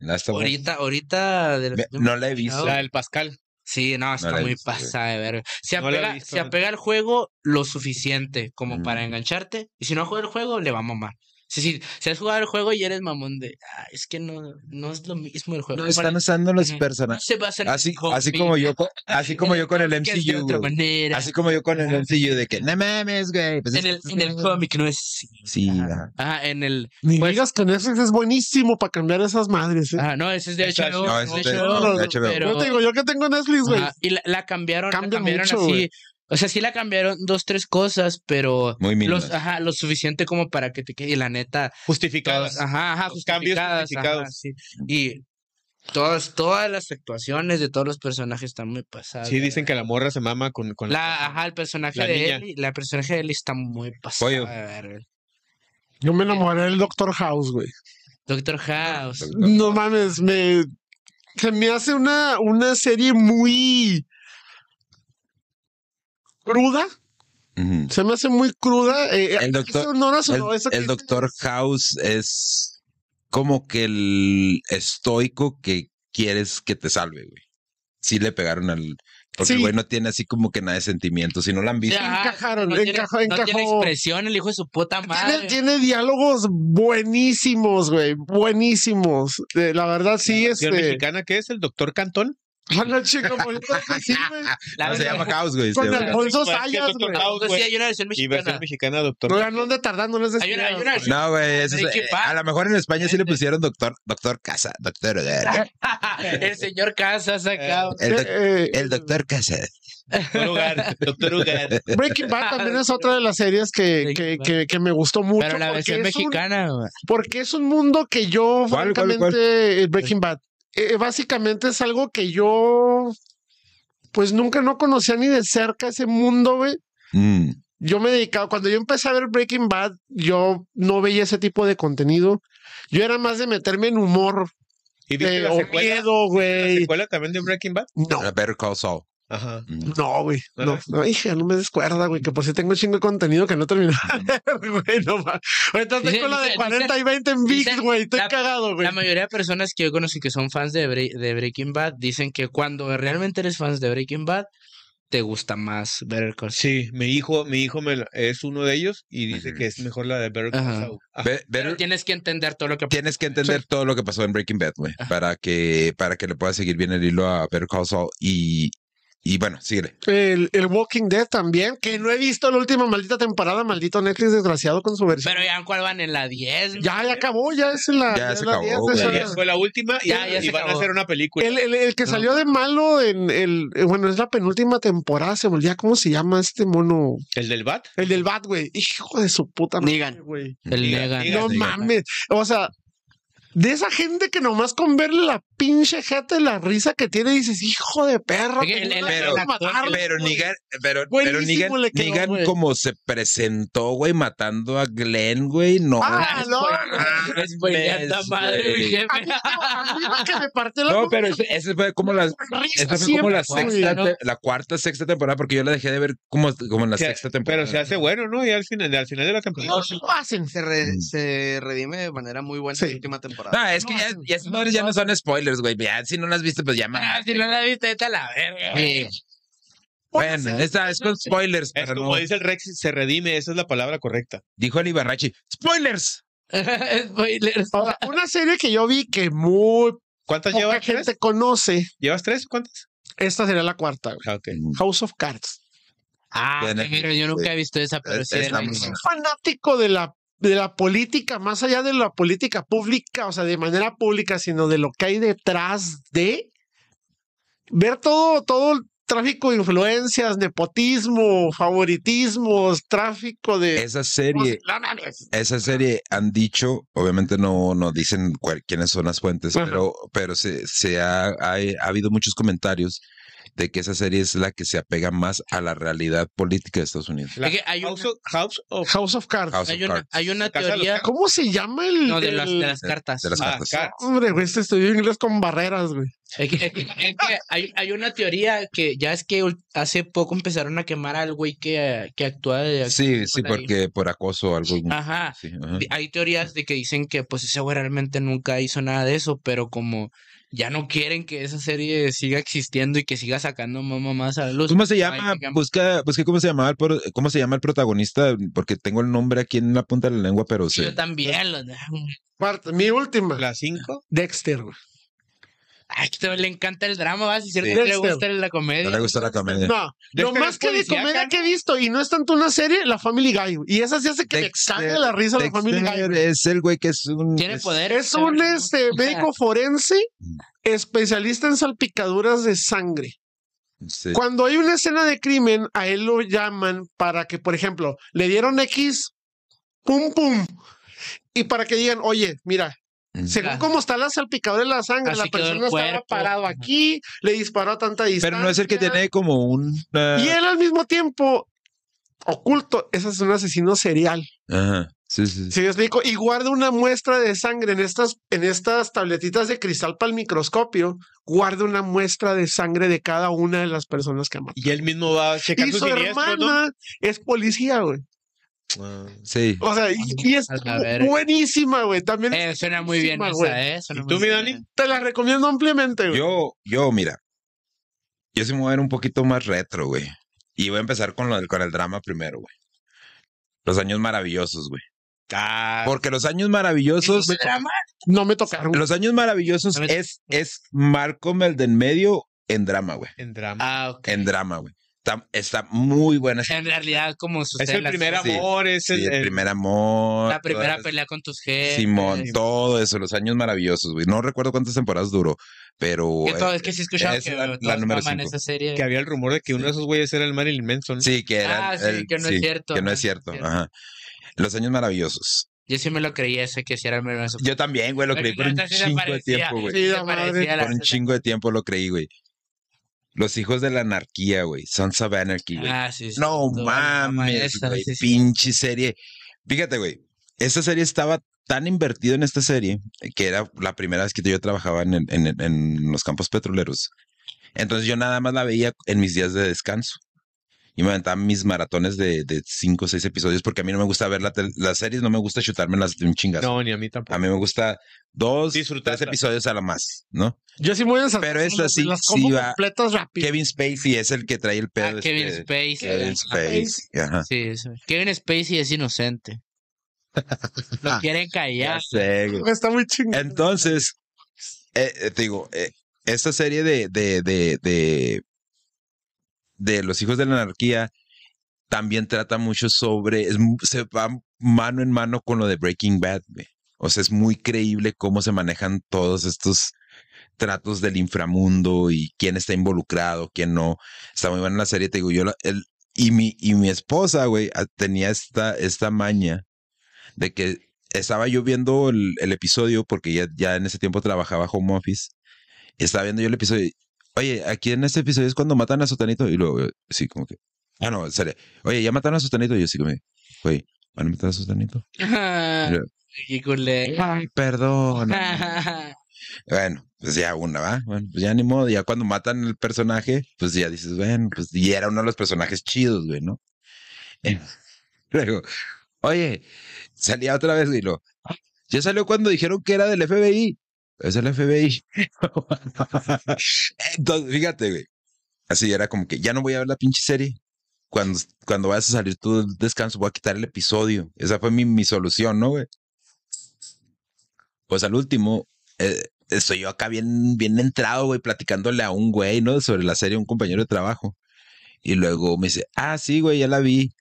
Last of Us.
ahorita, ahorita. de-
Me- No la he visto.
La del Pascal.
Sí, no, está
la he
muy
visto, güey.
pasada de verga. Se
No la he
apega,
visto,
se
no.
apega al juego lo suficiente como
Mm.
para engancharte. Y si no juega el juego, le va a mamar. Sí, sí, si has jugado el juego y eres mamón de. "Ah, es que no, no es lo mismo el juego.
No
Bueno,
están usando los
Ujú.
personajes.
se basa en el
Así,
cómic,
así como yo, co- así como yo con el
que es de
MCU.
otra
güey.
manera.
Así como yo con el MCU de que no mames, güey. pues es-
en, el, en el cómic no es así.
Sí,
Ajá. Ajá, en el.
Ni
pues-
digas que Netflix es buenísimo para cambiar esas madres. ¿eh?
Ah, no, ese es de
Esa-
HBO.
no, ese es de-
HBO,
de
HBO.
pero-
Yo te digo, yo que tengo Netflix, güey.
Ajá, y la, la cambiaron, la
Cambia
cambiaron
mucho,
así.
güey.
O sea, sí la cambiaron dos, tres cosas, pero
Muy mínimas.
los, ah, ajá, lo suficiente como para que te quede. Y la neta,
Justificadas.
todas, ajá, ajá,
Los cambios
justificadas,
justificados.
ajá, sí. Y todas, todas las actuaciones de todos los personajes están muy pasadas.
Sí, dicen que la morra se mama con, con
La, ajá, el personaje
La
de
niña.
Ellie, la personaje de Ellie está muy pasada.
Pollo.
de verga.
Yo me enamoré del Doctor House, güey.
Doctor House.
No mames, me. Se me hace una, una serie muy. cruda.
Ujú.
Se me hace muy cruda. eh,
El doctor-
eso no era su-
El,
eso que-
el doctor House es como que el estoico que quieres que te salve, güey. Sí le pegaron al... Porque el
Sí.
güey no tiene así como que nada de sentimientos. Si no la han visto...
Ajá,
encajaron,
no tiene,
encajó-
no tiene
encajó.
expresión el hijo de su puta
Tiene,
madre.
tiene diálogos buenísimos, güey. Buenísimos. Eh, la verdad, sí,
¿Sí
este.
mexicana que es el doctor Cantón.
Ah, no, chico, pues yo creo que sí, güey.
La
No, se
verdad,
llama Caos, güey. se
Con
llama Caos.
Alfonso
Pues, es que
Sayas,
Dr.
güey.
House,
pues, sí,
güey,
hay una versión
Y
mexicana.
versión mexicana, doctor.
No, ya no ande tardando, no es
Hay una, hay una versión.
No, güey, eso es-
Ricky
eh,
Pat.
a lo mejor en España sí le pusieron doctor, doctor Casa, doctor,
El señor Casas acá.
el, doc-
Eh, eh,
el doctor Casa.
Doctor Ugar, doctor Ugar.
Breaking Bad también es otra de las series que, que,
Breaking Bad.
que, que me gustó mucho.
Pero la
porque
versión
es un-
mexicana, güey.
Porque es un mundo que yo,
¿Cuál, cuál,
francamente,
cuál?
eh, Breaking Bad, eh, básicamente es algo que yo, pues nunca no conocía ni de cerca ese mundo, güey.
Mm,
Yo me dedicaba, cuando yo empecé a ver Breaking Bad, yo no veía ese tipo de contenido. Yo era más de meterme en humor
¿Y viste
eh,
la
o
secuela?
miedo,
¿La
güey.
secuela también de Breaking Bad?
No,
Better Call Saul.
Ajá.
Mm.
no, güey. No, no, hija, no me descuerda, güey, que por si tengo un chingo de contenido que no terminé. güey, no más. Ahorita
Dicen-
tengo la de
dicen-
40 y 20 en VIX,
dicen-
güey. Estoy
la-
cagado, güey.
La mayoría de personas que yo conozco que son fans de, Bre- de Breaking Bad dicen que cuando realmente eres fans de Breaking Bad, te gusta más Better Call Saul.
Sí, mi hijo, mi hijo me la- es uno de ellos y dice
Ujú.
que es mejor la de Better
Ajá.
Call Saul. Ajá.
Be-
Pero
Better-
tienes que entender todo lo que
tienes que entender todo lo que pasó en Breaking Bad, güey, para que, para que le puedas seguir bien el hilo a Better Call Saul y, y bueno, síguele.
El, el Walking Dead también, que no he visto la última maldita temporada, maldito Netflix desgraciado con su versión.
Pero ya, ¿cuál van en la 10?
ya, ya acabó, ya es la.
Ya
es
se
la
acabó,
10 de
güey.
esa-
Ya fue la última y,
Ya, ya
y
se
van
acabó.
a hacer una película.
El, el- el que
No.
salió de malo en el. eh, Bueno, es la penúltima temporada, se me olvida cómo se llama este mono.
¿El del Bat?
El del Bat, güey. Hijo de su puta
Negan.
güey.
El
Diga,
Negan.
diga,
No
Negan.
mames. O sea, de esa gente que nomás con verle la pinche jeta y la risa que tiene, dices, hijo de perra.
Oye, el-
tengo
el-
ganas de
el actor-
matarlo,
Pero
güey.
Negan, pero, pero
Buenísimo
Negan,
le quedó,
Negan
güey.
como se presentó, güey, matando a Glenn, güey, no.
Ah, no,
Ah, es buena esta
Ves,
madre,
güey.
mi jefe.
A mí, a mí lo que me partió la
no, pero ese, ese fue como la, esa fue como la sexta,
¿no?
te- la cuarta, sexta temporada, porque yo la dejé de ver como, como en la
Se-
sexta temporada.
Pero se hace bueno, ¿no? Y al final, al final de la temporada. eh,
lo hacen.
Se, re- se redime de manera muy buena en
Sí.
la última temporada.
No, es que ya, ya esas madres ya no son spoilers, güey. Ya, si no las viste, pues ya
Ah,
más.
Si no la viste, vete a la verga. güey.
Bueno, esta es con spoilers,
Es
pero
como
no.
dice el Rex, se redime, esa es la palabra correcta.
Dijo el Ibarrachi, spoilers.
Spoilers.
Ahora, una serie que yo vi que muy
¿Cuántas
poca
llevas?
gente
¿Tres?
conoce,
¿Llevas tres? ¿Cuántas?
esta sería la cuarta, güey.
Ah, ok.
Mm.
House of Cards.
Ah,
De Netflix,
pero yo nunca he visto esa, pero
Es-
sí de
está muy
Netflix.
buena.
Fanático de la de la política, más allá de la política pública, o sea, de manera pública, sino de lo que hay detrás de ver todo, todo el tráfico de influencias, nepotismo, favoritismos, tráfico de
Esa serie,
Pues, No mames.
esa serie han dicho, obviamente no, no dicen cuál- quiénes son las fuentes,
Ajá.
pero, pero se, se ha, hay- ha habido muchos comentarios de que esa serie es la que se apega más a la realidad política de Estados Unidos.
La-
Es que hay
House
una-
of- House of
House of Cards.
Eh, House of
Hay una,
Cards.
hay una
Casa de los
teoría
Cards.
¿Cómo se llama el?
no, de, las,
el-
de las cartas.
de las
Ah,
cartas.
Cards.
Hombre, güey, este estudió inglés con barreras, güey.
Es que, es que- es que hay, hay una teoría que ya es que ul- hace poco empezaron a quemar al güey que, que actúa de...
Sí, sí,
por ahí. Ah.
porque por acoso o algo.
Ajá.
Sí, ajá.
Hay teorías de que dicen que pues ese güey realmente nunca hizo nada de eso, pero como ya no quieren que esa serie siga existiendo y que siga sacando mamá más a la luz.
¿Cómo se llama?
Ay, digamos-
Busca, busca cómo se llamaba el pro- cómo se llama el protagonista, porque tengo el nombre aquí en la punta de la lengua, pero Pues sí.
Yo también. Lo...
Cuarta- mi
Pues,
última.
las cinco.
Dexter, güey.
Ay, que te- le encanta el drama, ¿va? Si es cierto
Sí.
que le
Dexter.
gusta la
No
comedia.
le gusta la comedia.
No, lo
Dexter
más
es
que de
policíaca,
comedia
¿no?
que he visto, y no es tanto una serie, la Family Guy. güey. Y esa sí hace que
Dexter-
me cague la risa la Family Guy.
Dexter
güey.
es el güey que es un.
Tiene
es-
poder.
Es un este, médico forense especialista en salpicaduras de sangre.
sí.
Cuando hay una escena de crimen, a él lo llaman para que, por ejemplo, le dieron X, pum, pum. Y para que digan, oye, mira,
Mm.
según
Ajá.
cómo está la salpicadura de la sangre,
Así
la
quedó el
persona estaba
cuerpo.
parado aquí, le disparó a tanta distancia.
Pero no es el que tiene como un. ah,
Y él al mismo tiempo, oculto, ese es un asesino serial.
Ajá. Sí, sí. sí.
¿Sí me explico? Y guarda una muestra de sangre en estas, en estas tabletitas de cristal para el microscopio. Guarda una muestra de sangre de cada una de las personas que mata.
Y él mismo va a checar
Y
sus
su hermana
pues,
siniestros, ¿no?
es policía, güey.
Ah.
Sí.
O sea, y, y es
A la verga.
buenísima, güey. También
Eh, suena muy bien
Encima,
esa,
güey.
eh, suena
¿Y
muy
tú, mi
bien.
Dani?
te la recomiendo ampliamente, güey.
Yo, yo, mira. Yo sí me voy a ver un poquito más retro, güey. Y voy a empezar con, lo del- con el drama primero, güey. Los años maravillosos, güey.
Ah,
Porque los años maravillosos.
No me tocaron.
Los años maravillosos
A ver.
es, es Malcolm el de en medio en drama, güey.
en drama.
Ah, ok.
En drama, güey. Está, está muy buena.
En realidad, como
es
sucede
el
las
primer
cosas.
sí,
amor, es
Sí,
el,
el,
el-
primer amor.
La primera
todas-
pelea con tus jefes.
Simón, todo eso, los años maravillosos, güey. No recuerdo cuántas temporadas duró, pero.
Que todo,
eh,
es que sí escuchaba
es
que
la-
todos
la número
maman
cinco.
esa serie.
que había el rumor de que uno de esos güeyes era el Marilyn Manson.
Sí, que era.
Ah, sí, que no es cierto, Ah,
Que no
ajá,
es cierto.
cierto.
ajá. Los años maravillosos.
Yo sí me lo creí ese que si era el mero eso.
Yo también, güey, lo
Porque
creí por
la
un
neta sí se
chingo de
parecía,
tiempo, güey.
sí se
Sí, la madre.
parecía a la
Por un
otra.
chingo de tiempo lo creí, güey. Los hijos de la anarquía, güey. Sons of Anarchy, güey.
Ah, sí, sí.
No
Todo, mamá,
mames,
esa,
güey,
sí, sí.
pinche serie. Fíjate, güey, esta serie estaba tan invertido en esta serie que era la primera vez que yo trabajaba en, el- en- en los campos petroleros. Entonces yo nada más la veía en mis días de descanso. Y me aventaba mis maratones de, de cinco o seis episodios porque a mí no me gusta ver la tel- las series, no me gusta chutármelas de un chingazo.
No, ni a mí tampoco.
A mí me gusta dos,
Disfrutarla.
tres episodios a la más, ¿no?
Yo sí voy a ensartar
Pero esta
las-
sí-
las
sí
como
va.
completas rápido.
Kevin Spacey es el que trae el pedo.
Ah, Kevin
este-
Spacey.
Kevin Spacey. Ajá.
Sí, eso. Kevin Spacey es inocente. Lo quieren
Ya
callar.
sé, güey.
Está muy chingón.
Entonces, eh, eh, te digo, eh, esta serie de, de, de, de, de Los Hijos de la Anarquía también trata mucho sobre, es mu- se va mano en mano con lo de Breaking Bad, güey. O sea, es muy creíble cómo se manejan todos estos tratos del inframundo y quién está involucrado, quién no. Está muy buena la serie, te digo, yo la- el- y mi, y mi esposa, güey, a- tenía esta, esta maña de que estaba yo viendo el, el episodio porque ya, ya en ese tiempo trabajaba home office. Estaba viendo yo el episodio. y, Oye, aquí en este episodio es cuando matan a Sotanito. Y luego, eh, sí, como que. Ah, no, sale. Oye, ya mataron a Sotanito. Y yo, sí, como, que, güey, van a matar a Sotanito.
Ah, Qué culé.
Ay, perdón. Bueno, pues ya una, ¿va? Bueno, pues ya ni modo, ya cuando matan el personaje, pues ya dices, bueno, pues y era uno de los personajes chidos, güey, ¿no? Eh, Luego, oye, salía otra vez, güey, lo, "Ah, ya salió cuando dijeron que era del FBI. Es el FBI. Entonces, fíjate, güey. Así era como que ya no voy a ver la pinche serie. Cuando, cuando vayas a salir tú del descanso, voy a quitar el episodio. Esa fue mi, mi solución, ¿no, güey? Pues al último, eh, estoy yo acá bien, bien entrado, güey, platicándole a un güey, ¿no? Sobre la serie, un compañero de trabajo. Y luego me dice, ah, sí, güey, ya la vi.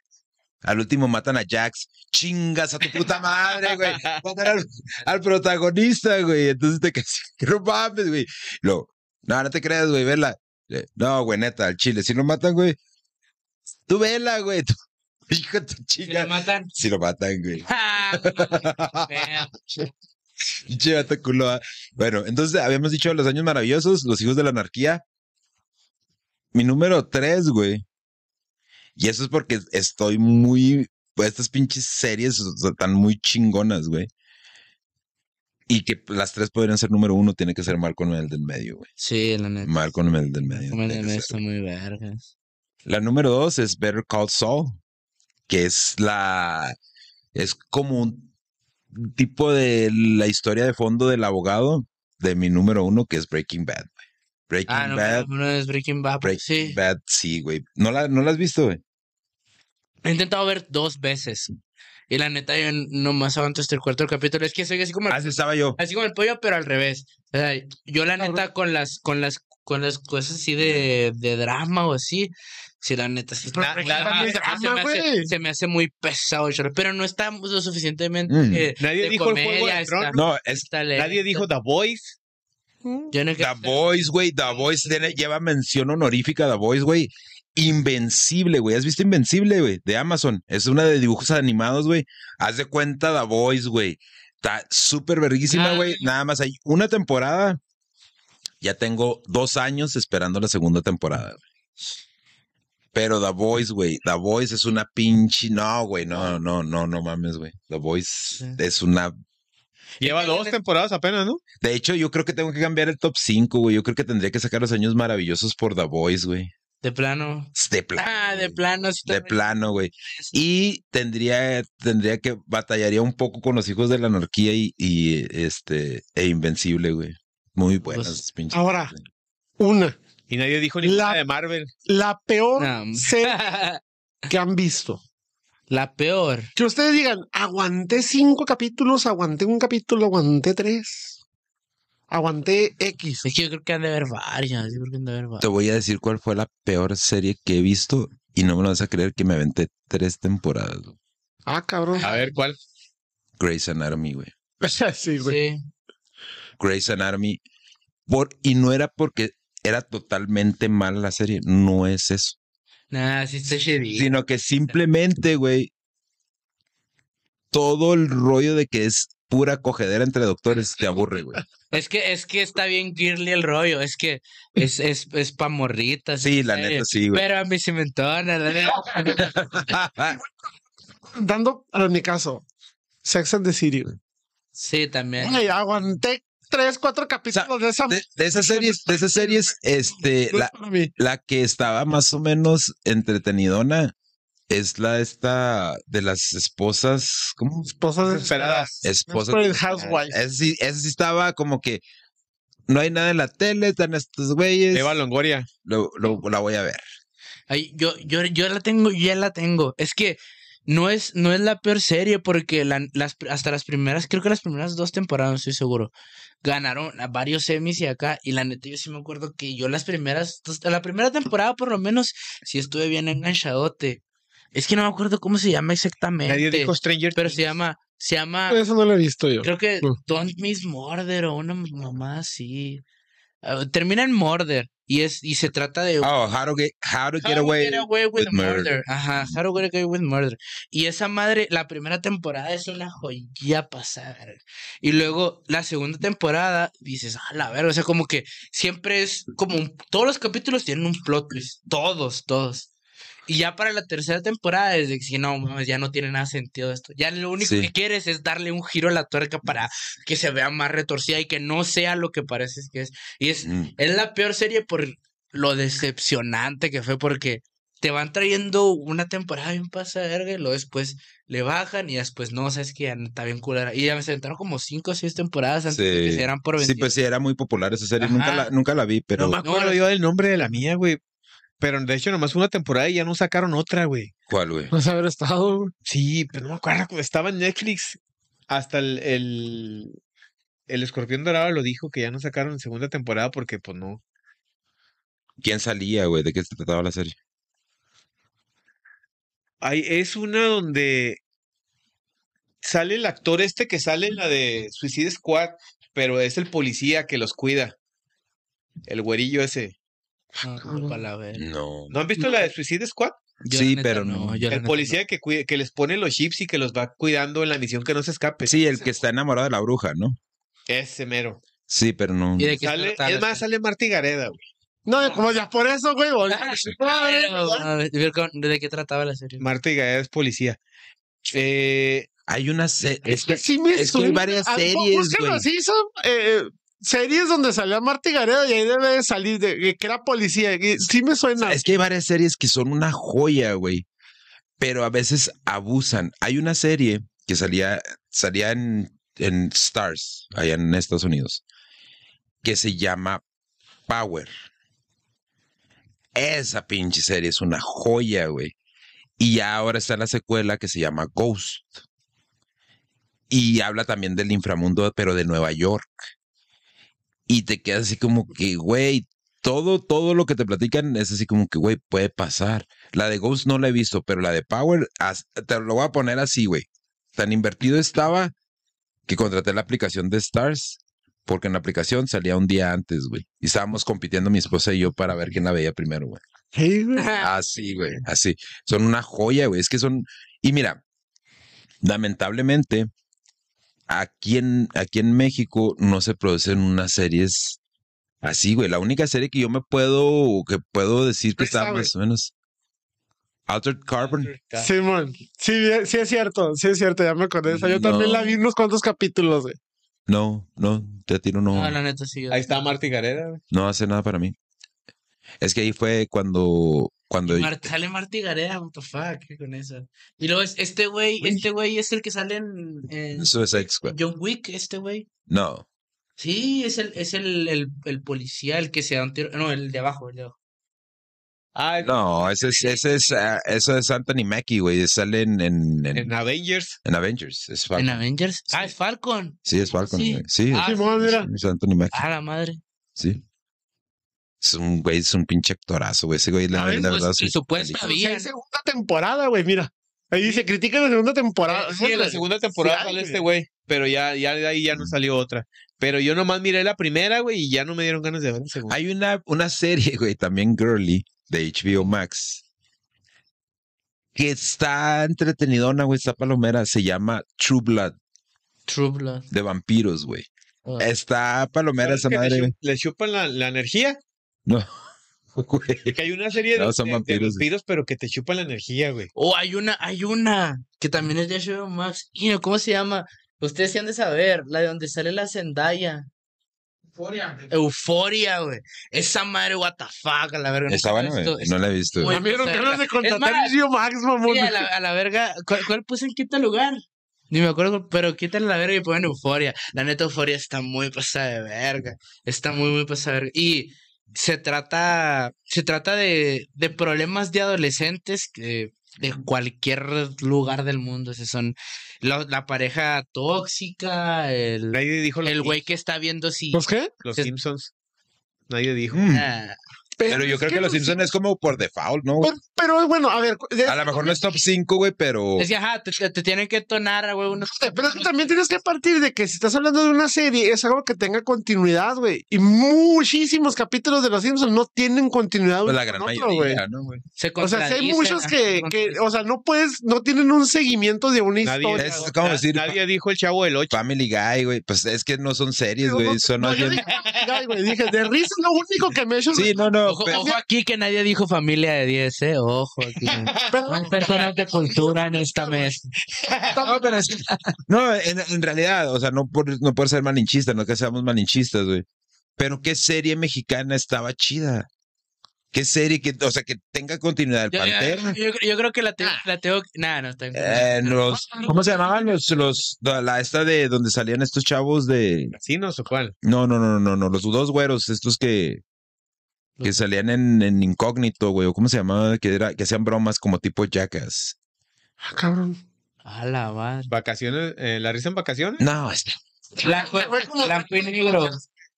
Al último matan a Jax. Chingas a tu puta madre, güey. Matan al, al protagonista, güey. Entonces te quedas, que no mames, güey. Y Luego, no, no te creas, güey, vela. Eh, No, güey, neta, al chile. Si lo matan, güey, tú vela, güey. Tú, hijo de tu
¿Y le
chinga.
matan?
Si lo matan, güey.
Ah, damn.
Pinche vato culo, ah. Bueno, entonces habíamos dicho los años maravillosos, los hijos de la anarquía. Mi número tres, güey. Y eso es porque estoy muy. pues, Estas pinches series o sea, están muy chingonas, güey. Y que las tres podrían ser número uno, tiene que ser Malcolm en el del medio, güey.
Sí, la neta.
Malcolm en el del medio.
Como
tiene que ser.
está muy vergas.
La número dos es Better Call Saul, que es la. Es como un tipo de la historia de fondo del abogado de mi número uno, que es Breaking Bad. güey. Breaking
Ah, no,
Bad.
pero no es Breaking Bad.
Breaking
sí.
Bad, sí, güey. ¿No la, ¿No la has visto, güey?
He intentado ver dos veces. Y la neta, yo nomás aguanto hasta el cuarto capítulo. Es que soy así como,
Así Ah, estaba yo.
así como el pollo, pero al revés. O sea, yo la neta con las, con las, con las cosas así de, de drama o así. Sí, la neta, sí.
Pero
Ah,
Breaking Bad no es
se me
drama,
hace-
güey.
se me hace muy pesado, chorro, pero no está lo suficientemente.
Mm.
eh,
Nadie
de
dijo el Juego de
comedia, está-
Tronos.
No, es
está
Nadie
lento.
dijo The Voice.
Yo no
The Voice, güey. The Voice tiene- lleva mención honorífica. The Voice, güey. Invencible, güey. ¿Has visto Invencible, güey? De Amazon. Es una de dibujos animados, güey. Haz de cuenta The Voice, güey. Está súper verguísima,
Ah.
güey. Nada más hay una temporada. Ya tengo dos años esperando la segunda temporada, güey. Pero The Voice, güey. The Voice es una pinche. No, güey. No, no, no, no mames, güey. The Voice es una
Lleva dos temporadas apenas, ¿no?
de hecho, yo creo que tengo que cambiar el top 5, güey. Yo creo que tendría que sacar los años maravillosos por The Voice, güey.
De plano.
De plano.
Ah, de
güey.
plano. sí
De
está-
plano, güey. Y tendría, tendría que batallaría un poco con los hijos de la anarquía y, y, este, e invencible, güey. Muy buenas,
Pues,
pinches.
Ahora, una.
Y nadie dijo ni
La-
nada de Marvel.
La peor
No.
serie que han visto.
La peor.
Que ustedes digan, aguanté cinco capítulos, aguanté un capítulo, aguanté tres. Aguanté X.
Es que yo creo que han de haber varias. Yo creo que han de haber varias.
Te voy a decir cuál fue la peor serie que he visto y no me lo vas a creer que me aventé tres temporadas. güey.
Ah, cabrón.
A ver, ¿cuál?
Grey's Anatomy, güey.
sí, güey.
Sí.
Grey's Anatomy. Por, y no era porque era totalmente mala la serie, no es eso.
Nah, sí está shitty.
Sino que simplemente, güey, todo el rollo de que es pura cogedera entre doctores te aburre, güey.
Es que, es que está bien girly el rollo, es que es, es, es pa' morritas.
Sí,
esa
la
serie.
neta, sí, güey.
Pero a mí se me entona, la neta.
Dando a mi caso. Sex and the City. güey.
Sí, también.
Güey, aguanté tres, cuatro capítulos Eh. de esa.
De, de esas series, de esas series, este,
no es
la,
para mí.
la que estaba más o menos entretenidona es la esta de las esposas, ¿cómo?
Esposas desesperadas.
Esposas.
Desperate Housewives.
Esa sí, esa sí estaba como que no hay nada en la tele, están estos güeyes.
Eva Longoria.
Lo, lo- la voy a ver.
Ay, yo, yo, yo la tengo, yo ya la tengo. Es que no es, no es la peor serie porque la- las, hasta las primeras, creo que las primeras dos temporadas, no estoy seguro, ganaron a varios semis y acá. Y la neta, yo sí me acuerdo que yo las primeras, dos- la primera temporada por lo menos, sí estuve bien enganchadote. Es que no me acuerdo cómo se llama exactamente.
Nadie dijo Stranger
pero se llama, se llama,
Eso no lo he visto Eh. yo.
creo que
Mm.
Don't Miss Murder o una mamá así. Ah, termina en Murder y, es, y se trata de
Oh, How to Get, how to
How
get
to
Away.
Get Away with
with
murder.
Murder.
Ajá, How to Get Away with Murder. Y esa madre, la primera temporada es una joya pasada. verga. Y luego la segunda temporada dices, a la verga, o sea, como que siempre es como un- todos los capítulos tienen un plot twist, todos, todos. Y ya para la tercera temporada, desde que si no, mames, ya no tiene nada sentido esto. Ya lo único
Sí.
que quieres es darle un giro a la tuerca para que se vea más retorcida y que no sea lo que parece que es. Y es
Mm.
es la peor serie por lo decepcionante que fue, porque te van trayendo una temporada bien pasa de verga y luego después le bajan y después no, sabes que ya no está bien culera. Y ya me sentaron como cinco o seis temporadas antes de que
Sí.
se dieran por
Sí,
vencidas.
pues sí, era muy popular esa serie.
Ajá.
Nunca la, nunca la vi, pero
No me
No,
acuerdo
no.
yo del nombre de la mía, güey. Pero de hecho, nomás fue una temporada y ya no sacaron otra, güey.
¿cuál, güey?
No sé haber estado. güey.
Sí, pero no me acuerdo. güey. Estaba en Netflix. Hasta el, el, el escorpión dorado lo dijo que ya no sacaron segunda temporada porque, pues no.
¿Quién salía, güey? ¿De qué se trataba la serie?
Hay, es una donde sale el actor este que sale en la de Suicide Squad, pero es el policía que los cuida. El güerillo ese.
No, no, pa' la verga.
No.
¿No han visto la de Suicide Squad?
Yo
Sí,
la neta
pero no.
yo la
El
neta
policía que, cuida- que les pone los chips y que los va cuidando en la misión que no se escape.
Sí, el que está enamorado de la bruja, ¿no?
Ese mero.
Sí, pero no.
no. ¿Y de qué se
Sale-
trataba?
es más, sale Martí Gareda, güey.
No, como ya por eso, güey. volví a mi madre,
Ah, Pero,
¿verdad?
a ver, ¿De qué trataba la serie?
Martí Gareda es policía. Eh,
Hay una serie. Es que,
Sí, me
es que hay
suena.
varias
Ah,
series,
búsquenlo,
güey.
sí, son eh, series donde salía Marty Gareda y ahí debe de salir de de que era policía. y Sí me suena.
Es que hay varias series que son una joya, güey. Pero a veces abusan. Hay una serie que salía, salía en, en Stars, allá en Estados Unidos, que se llama Power. Esa pinche serie es una joya, güey. Y ya ahora está la secuela que se llama Ghost. Y habla también del inframundo, pero de Nueva York. Y te quedas así como que, güey, todo, todo lo que te platican es así como que, güey, puede pasar. La de Ghost no la he visto, pero la de Power, as- te lo voy a poner así, güey. Tan invertido estaba que contraté la aplicación de Stars, porque en la aplicación salía un día antes, güey. Y estábamos compitiendo mi esposa y yo para ver quién la veía primero, güey.
Sí, güey.
Así, Ah, güey, así. Son una joya, güey. Es que son. Y mira, lamentablemente, aquí en, aquí en México no se producen unas series así, güey. La única serie que yo me puedo, que puedo decir que
Esa,
está
güey.
más o menos. Altered Carbon.
Simón, sí, bien, sí es cierto, sí es cierto, ya me acordé de esa. Yo
No.
también la vi unos cuantos capítulos, güey.
No, no, te tiro no.
No, la neta sí. yo-
ahí está Martí Gareda. güey.
No hace nada para mí. Es que ahí fue cuando. cuando
Mar- sale Marty Gareda, what the fuck, ¿qué con eso. Y luego es- este güey, este güey es el que sale en, en
Suicide Squad.
John Wick, este güey.
No.
Sí, es el, es el, el, el policía, el que se da un tiro. No, el de abajo, el de abajo.
Ah,
No, ese es, ese es, ah, eso es Anthony Mackie, güey. Sale en, en, en-
en Avengers.
en Avengers. Es Falcon.
¿En Avengers? Ah, es Falcon.
Sí, es Falcon,
Sí. Ah.
güey. Sí,
Ah,
Simón,
es,
mira.
es Anthony Mackie.
A la madre.
Sí. Es un güey, es un pinche actorazo, güey. Ese güey, la,
A ver,
la
pues,
verdad.
su
sí.
supuesta
O sea,
vida.
es segunda temporada, güey, mira. Ahí dice, critica la segunda temporada.
Ah, Sí,
pues,
en la segunda temporada
Sí,
sale
güey.
este güey, pero ya, ya de ahí ya no salió otra. Pero yo nomás miré la primera, güey, y ya no me dieron ganas de ver la segunda.
Hay una, una serie, güey, también girly, de HBO Max, que está entretenidona, güey, está palomera, se llama True Blood,
True Blood.
de vampiros, güey.
Ah.
Está palomera esa
Que le
madre,
chup-
güey.
Le chupan la, la energía.
No, güey.
Que hay una serie de,
No, son
de- de
vampiros, güey.
vampiros, pero que te chupan la energía, güey.
Oh, hay una, hay una que también es de HBO Max. Y no, ¿Cómo se llama? Ustedes sí han de saber, la de donde sale la Zendaya. Euforia. Euforia, güey. Esa madre, what the fuck, a la verga. nunca
Está
la he
buena, güey.
visto.
No la he visto. güey.
Güey,
Me dieron
o sea,
ganas de
es
contratar
más-
a HBO Max, mamón.
Sí, a la, a la verga. ¿Cuál, cuál puse en quinto lugar? Ni me acuerdo, cuál- pero quítale la verga y ponen Euforia. La neta, Euforia está muy pasada de verga. Está muy, muy pasada de verga. Y se trata, se trata de, de problemas de adolescentes que de cualquier lugar del mundo. Ese son la, la pareja tóxica, el,
Nadie dijo los,
el güey que está viendo si.
¿Los ¿Pues qué?
los
que-
Simpsons. Nadie dijo.
Mm,
Ah,
Pero yo creo que Los Simpsons es como por default, ¿no? güey?
Pero, pero, bueno, a ver, de-
A lo mejor no es top 5, güey, pero.
es que, ajá, te, te- te tienen que tonar, güey, unos.
pero es que también tienes que partir de que si estás hablando de una serie, es algo que tenga continuidad, güey. Y muchísimos capítulos de Los Simpsons no tienen continuidad.
pues,
uno
la gran
con otro, güey.
mayoría, ¿no, güey?
Se
O sea, sí hay
contradicen,
muchos
ajá,
que,
se
que, o sea, no puedes, no tienen un seguimiento de una
Nadie,
historia.
Es como
na-
decir,
nadie dijo el chavo del 8.
Family Guy, güey. Pues es que no son series, güey. Son
No,
más
yo
bien-
dije, "Ay, güey", dije, de risa es lo único que me he hecho.
Sí, no, no.
Ojo,
pero-
ojo aquí que nadie dijo familia de 10, ¿eh? Ojo aquí. Hay personas de cultura en esta mesa.
No, pero es que- no, en, en realidad, o sea, no por, no por ser malinchista, no que seamos malinchistas, güey. Pero qué serie mexicana estaba chida. Qué serie que, o sea, que tenga continuidad el
Yo,
Pantera.
yo- yo creo que la, tengo- la tengo. Nah, no está bien.
Eh, los, ¿Cómo se llamaban los, los, la la esta de donde salían estos chavos de,
¿Casinos o cuál?
no, no, no, no, no, los dos güeros, estos que, que salían en, en incógnito, güey, o cómo se llamaba, que era, que hacían bromas como tipo jackass.
Ah, cabrón.
A la madre.
¿Vacaciones? eh, ¿La risa en vacaciones?
No, este,
Blanco, blanco y negro.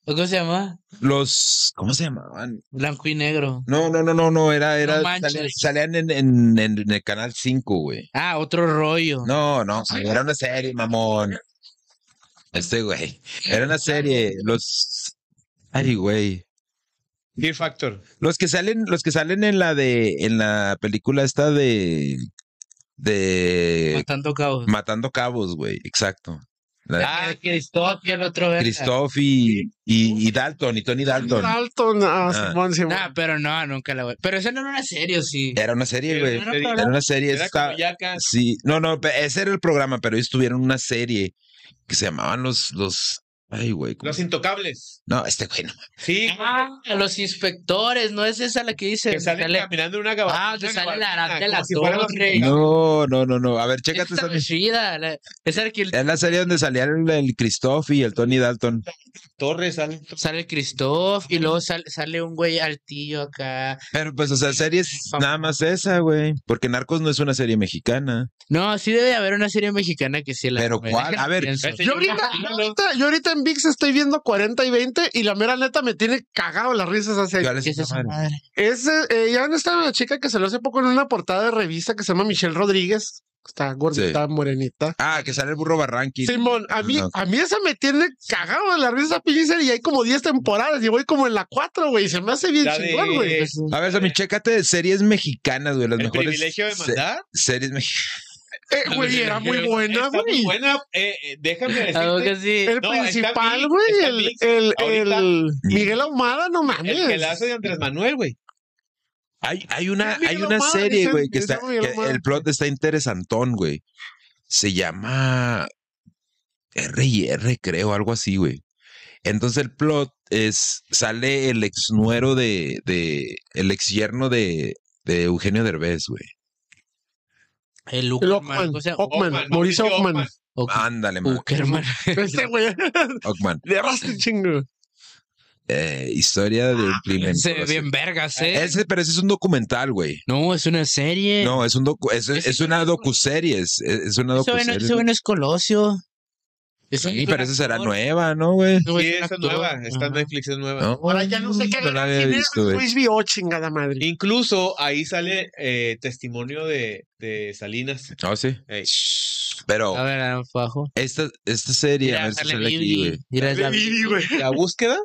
¿Cómo se llama?
los, ¿cómo se llamaban?
Blanco y negro.
No, no, no, no, no, era, era,
manches.
salían, salían en, en, en- en el canal 5, güey.
Ah, otro rollo.
No, no, güey, era una serie, mamón. Este güey, era una serie, los, ay, güey.
Fear Factor.
Los que salen, los que salen en la de, en la película esta de, de
Matando cabos.
Matando Cabos, güey, exacto. La de
Pues Ah, Cristóbal, el otro verga.
Christoph y, y, y Dalton, y Tony Dalton.
Dalton, ah,
Ah.
Simón, Simón.
Nah, pero no, nunca la voy. Pero esa no era una serie, ¿o sí.
Era una serie, güey.
Era una
Era una serie,
Era
esta-
como Jackass.
Sí, no, no, pe- ese era el programa, pero ellos tuvieron una serie que se llamaban los, los, ay, güey, ¿cómo
Los
se-
Intocables.
no, este güey no.
Sí,
Ah, los inspectores, no es esa la que dice.
que salen
Sale-
caminando en una gabardina.
Ah, que sale
gabardina,
la Arad de la
como si fueran los
Torre.
Intocables.
No, no, no, no. A ver,
Esa
chécate
está
esa.
chida, la- esa era que el-
Es la serie donde salían el, el Christoph y el Tony Dalton.
Torres salen.
sale el Christoph y luego sal- sale un güey altillo acá.
Pero pues, o sea, series nada más esa, güey. Porque Narcos no es una serie mexicana.
No, sí debe de haber una serie mexicana que sí la.
Pero ¿cuál? A ver,
Pienso.
Este,
Yo ahorita, yo ahorita- yo ahorita en VIX estoy viendo 40 y 20 y la mera neta me tiene cagado las risas hacia
¿Cuál es
¿Qué es
esa
esa
madre?
madre?
Es, eh, ya no está una chica que se lo hace poco en una portada de revista que se llama Michelle Rodríguez. Está gordita, morenita.
Ah, que sale el burro Barranqui.
Simón, a mí,
No.
a mí esa me tiene cagado de la risa, pinche serie, y hay como 10 temporadas y voy como en la 4, güey. Se me hace bien
La de-
chingón, güey.
Pues,
A ver, Sammy, chécate de series mexicanas, güey. Las
El
mejores
privilegio de
se-
mandar.
series mexicanas.
Eh, güey, era muy buena,
Está muy
güey.
buena. eh, eh, déjame
Algo
decirte.
que sí.
El
No, está
principal,
Mix,
güey,
está
el,
Mix.
el,
Ahorita-
el Miguel Ahumada, no mames.
El que la hace de Andrés Manuel, güey.
Hay, hay una,
Mira,
hay
lo
una
malo,
serie,
dicen-
güey, que
dicen
está,
algo de lo
que
malo.
el plot está interesantón, güey. Se llama R&R, creo, algo así, güey. Entonces el plot es, sale el ex nuero de, de, el ex yerno de, de Eugenio Derbez, güey.
El
El
Uckerman.
Ockman,
O sea,
Ockman,
Ockman,
Mauricio
Mauricio
Ockman.
Ockman.
Uc-
Ah, Ándale, man,
Uckerman.
Este güey,
Ockman.
le arrastra un chingo.
eh, historia de un crimen.
Se
por
ve
así.
bien vergas, ¿eh?
Ese, pero ese Ah, es un documental, güey.
No, es una serie.
No, es un docu, es,
Ese-
es una docuserie. Es, pues es una
Ese güey no-
docuserie.
ese güey no es Colosio. Ese
Sí,
güey es
pero
un
esa será
actor.
nueva, ¿no, güey?
Ese güey
Sí,
es
esa
un
es
actor. Ah.
nueva, esta en
Ajá.
Netflix es nueva.
No.
Ahora ya no sé qué
No la había
quién
visto,
es
güey.
Luis Vio, chingada madre.
Incluso ahí sale eh, testimonio de, de Salinas. eh,
Ah, sí.
Ey.
Pero
A ver, abajo.
esta, esta serie, a ver si sale aquí, güey.
Mira, es la-
Sí, güey.
La búsqueda.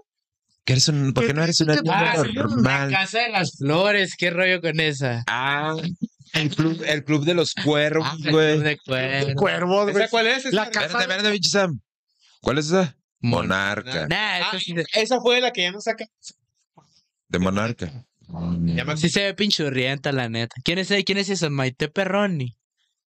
¿Qué eres un- ¿Por qué no eres una
Ah,
niña
sí, la
normal?
casa de las flores, qué rollo con esa.
Ah, el club, el club de los cuervos,
Ah,
güey.
de cuerno.
Cuervo, güey.
¿Esa cuál es? Esa,
La ca-
Espérate, espérate, pinche Sam. ¿Cuál es esa? Monarca.
Nah, eso
Ah,
sí, se-
esa fue la que ya no saca.
De Monarca.
Ya me-
sí se ve pinchurrienta, la neta. ¿Quién es, quién es esa? Maite Perroni.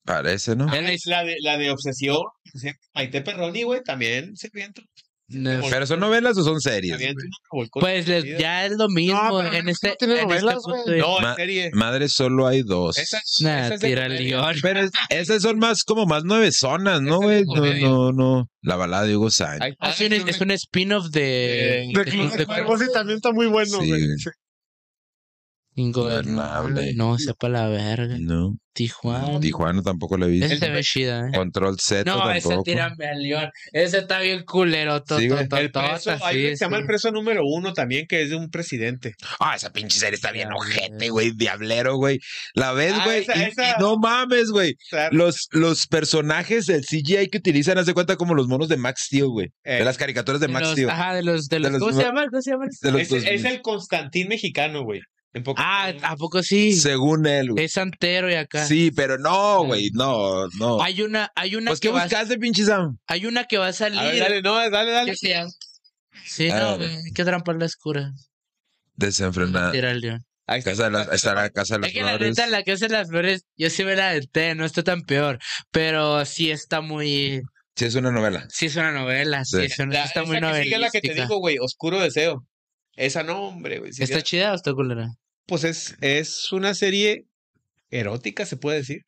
Parece, ¿no?
Él es-
Es la de, la de Obsesión. que se llama Maite Perroni, güey, también se avienta
no.
Pero son novelas o son series.
avienta una revolcón
Pues les-
de
ya es lo mismo.
No, pero
en
no
este,
tiene
en
novelas,
este
güey.
punto de-
No, en
Ma-
serie.
Madre, solo hay dos.
Esa es-
Nah,
esa es de
tira el
comedia.
guión.
Pero es- esas son más, como más nuevezonas, ¿no,
Esa
güey?
es
No,
comedia.
no, no. La balada de Hugo Sánchez.
Ahí está.
Ah, sí, un- es un spin-off de.
De-
De Club de Cuervos y también está muy bueno,
Sí,
güey.
güey.
Sí.
Ingobernable.
Ingobernable. No, sepa la verga.
No.
Tijuana.
Tijuana tampoco la he visto.
Esa se ve chida, ¿eh?
Control Z
No, ese
tampoco.
tírame al león. Ese está bien culero. To,
Sí,
to-
güey.
to-
El
tota,
preso,
sí,
hay uno que se llama
sí.
el preso número uno también, que es de un presidente.
Ah, esa pinche serie está bien
Ya,
ojete, güey. Diablero, güey. La ves,
Ah,
güey.
esa-
y-
esa-
y no mames, güey.
O sea,
Los, los personajes del CGI que utilizan, haz de cuenta como los monos de Max Steel, güey.
Eh.
De las caricaturas de
De
Max
los-
Steel.
Ajá, de los. De los,
los-
¿Cómo se llama? ¿Cómo se llama?
De los
es,
2000.
es el Constantín mexicano, güey. En poco-
Ah, ¿a poco sí?
Según él, güey.
Es Santero y acá.
Sí, pero no, güey. No, no.
Hay una, hay una
Pues,
que
¿qué
va,
buscaste, pinche Sam?
hay una que va a
A ver,
salir.
dale, no, dale, dale.
¿Qué se llama? Sí,
A
no,
ver.
güey, hay que trampar la oscura.
Desenfrenada.
Tira al león.
Ahí está.
Casa de las- ahí está la casa de las
Es que la
flores.
neta, la que hace las flores, yo sí me la aventé, no está tan peor. Pero sí está muy.
Sí, es una novela.
Sí es una novela, sí,
Sí.
es una-
La-
está muy
esa que sigue
novelística.
es la que te digo, güey, Oscuro Deseo. Esa no, hombre, güey. si
¿Está
vieras-
chida o está culera?
pues es, es una serie erótica, se puede decir.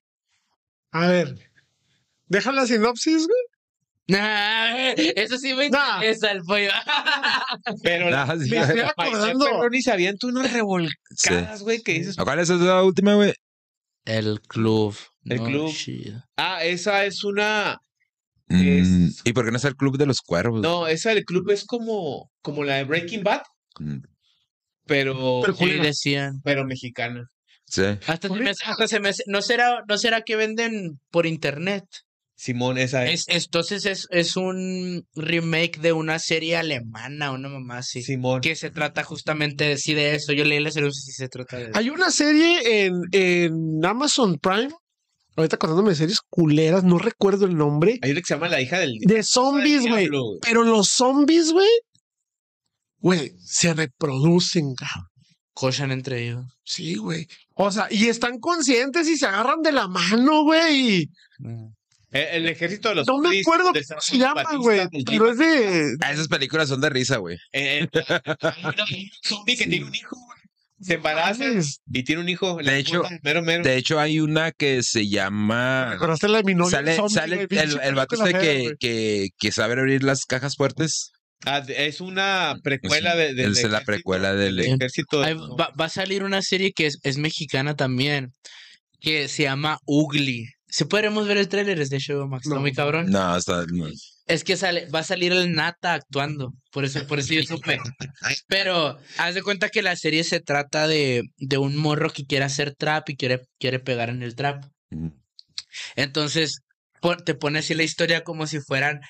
A ver. Deja la sinopsis, güey.
Nah, eso sí me
Nah.
interesa el pollo.
Pero la
Ah, sí.
Me estoy acordando.
Perroni se avienta unas revolcadas, güey, que dices.
¿Cuál es la última, güey?
El club.
El
No,
club.
chido.
Ah, esa es una. Es-
Mm, ¿Y por qué no es el club de los cuervos?
No, esa del club es como, como la de Breaking Bad,
Mm,
pero,
Pero-
Sí,
Culera.
decían.
pero mexicana.
Sí.
Hasta se me hace- hasta se me hace- no será, no será que venden por internet.
Simón, esa es.
Es, entonces es, es un remake de una serie alemana, una mamá así.
Simón.
Que se trata justamente de, sí, de eso. Yo leí la serie, no sé si se trata de eso.
Hay una serie en, en Amazon Prime. Ahorita acordándome de series culeras, no recuerdo el nombre.
Hay una que se llama La hija del.
De zombies, güey.
Diablo, güey.
Pero los zombies, güey. Güey, se reproducen, cabrón.
Cojan entre ellos.
Sí, güey. O sea, y están conscientes y se agarran de la mano, güey.
Eh, El, ejército de los.
No me
Freeze,
acuerdo
de
cómo
San
se llama,
Batista,
güey.
del
Pero es de.
Ah, esas películas son de risa, güey.
Eh, eh, hay una- hay un zombie que tiene un hijo, güey. Se embaraza
Mames.
y tiene un hijo.
De hecho-
mero, mero.
De hecho, hay una que se
Ah.
llama.
¿Recordaste la de mi novio?
Sale,
zombie,
sale
güey?
el,
Pinche
el vato
película fea,
este que,
güey.
que, que sabe abrir las cajas fuertes.
Ah, de- es una precuela de. del
Esa es la
ejército-
precuela del-
del ejército. de-
Ahí va, va a salir una serie que es, es mexicana también, que se llama Ugly. Si podremos ver el tráiler es de Show Max, ¿no,
No.
muy cabrón?
No, está. no.
Es que sale, va a salir el Nata actuando, por eso, por eso yo supe. Pero haz de cuenta que la serie se trata de, de un morro que quiere hacer trap y quiere, quiere pegar en el trap.
Mm.
Entonces, po- te pone así la historia como si fueran.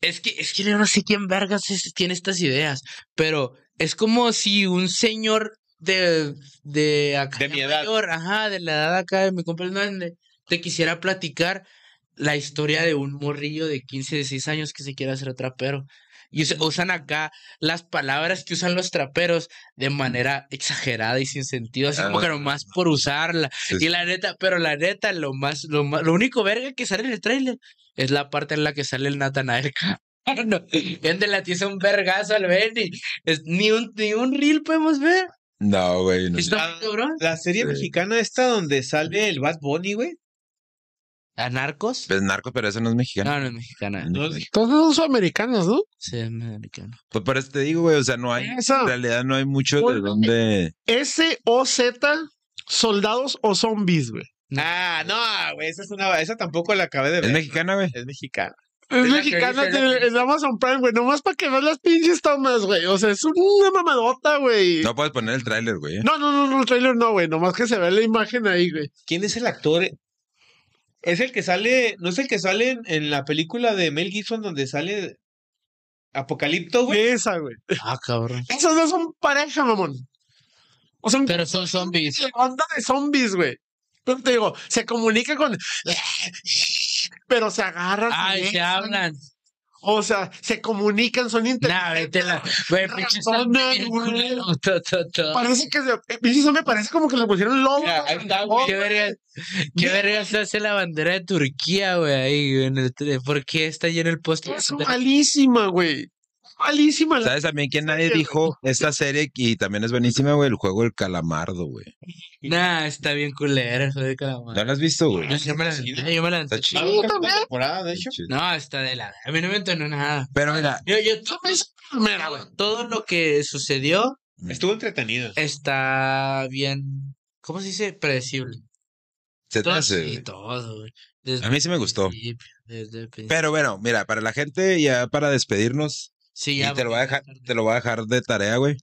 Es que, es que yo no sé quién vergas es- tiene estas ideas, pero es como si un señor de, de acá
De
ya
mi edad.
mayor, ajá, de la edad acá de mi compa el Duende, te quisiera platicar la historia de un morrillo de 15, 16 años que se quiere hacer trapero. Y us- usan acá las palabras que usan los traperos de manera exagerada y sin sentido, así como
Ah.
que nomás por usarla.
Sí, sí.
Y la neta, pero la neta, lo más, lo más, lo único verga que sale en el tráiler es la parte en la que sale el Natanael. No, de la tiza un vergazo al Benny. Es- ni, un, ni un reel podemos ver.
No, güey. no.
Está muy cabrón.
La serie
Sí.
mexicana esta donde sale el Bad Bunny, güey.
¿A narcos?
Pues narcos, pero eso no es mexicano.
No, no es mexicana.
No.
Entonces son sudamericanos, ¿no?
Sí, es mexicana.
Pues por eso te digo, güey, o sea, no hay.
Esa.
En realidad no hay mucho
Ah. Oye.
de dónde.
S-O-Z, soldados o zombies, güey.
Ah, no, güey, esa es una, esa tampoco la acabé de ver.
Es mexicana, güey.
Es mexicana.
Es
Es la que
mexicana
dice
tiene-
la-
en Amazon Prime, güey. Nomás para que veas las pinches tomas, güey. O sea, es una mamadota, güey.
No puedes poner el tráiler, güey.
No, no, no, no, el trailer no, güey. Nomás que se ve la imagen ahí, güey.
¿Quién es el actor? Es el que sale, no es el que sale en, en la película de Mel Gibson donde sale Apocalipto, güey.
Esa, güey.
Ah, cabrón.
Esos no son pareja, mamón. O sea, un
Pero son zombies.
onda de zombies, güey. Pero te digo, se comunica con. Pero se agarran.
Ay, se hablan.
O sea, se comunican, son inter...
Nah, vete la. Güey, pinches
Razones,
zombies,
güey.
culero. To, to, to.
Parece que se. eh, pinche zombie parece como que le pusieron lobo.
Mira, ahí está, güey.
¿Qué vergas? ¿Qué vergas le hace la bandera de Turquía, güey? Ahí, güey, en el tele. ¿Por qué está lleno el póster?
Es malísima, güey. Malísima. la-
¿Sabes también quién nadie
Oye,
dijo esta serie y también es buenísima, güey? El juego El Calamardo, güey.
Nah, está bien culera, el juego de
¿No
calamar.
la has visto, güey?
Yo, yo me la yo me la
Está chido.
Ah,
Sí,
nunca fue
también.
temporada, de hecho.
No, está de la. A mí no me entonó nada.
Pero mira,
Yo, yo, todo,
Mira, güey.
todo lo que sucedió
Estuvo entretenida.
está bien. ¿Cómo se dice? Predecible.
se te
Todo,
hace,
sí,
güey.
todo, güey. Desde
A mí sí me
el
gustó.
principio, desde el principio.
Pero bueno, mira, para la gente, ya para despedirnos,
Sí,
y
ya.
te lo voy a dejar,
tarde.
te lo voy a dejar de tarea, güey.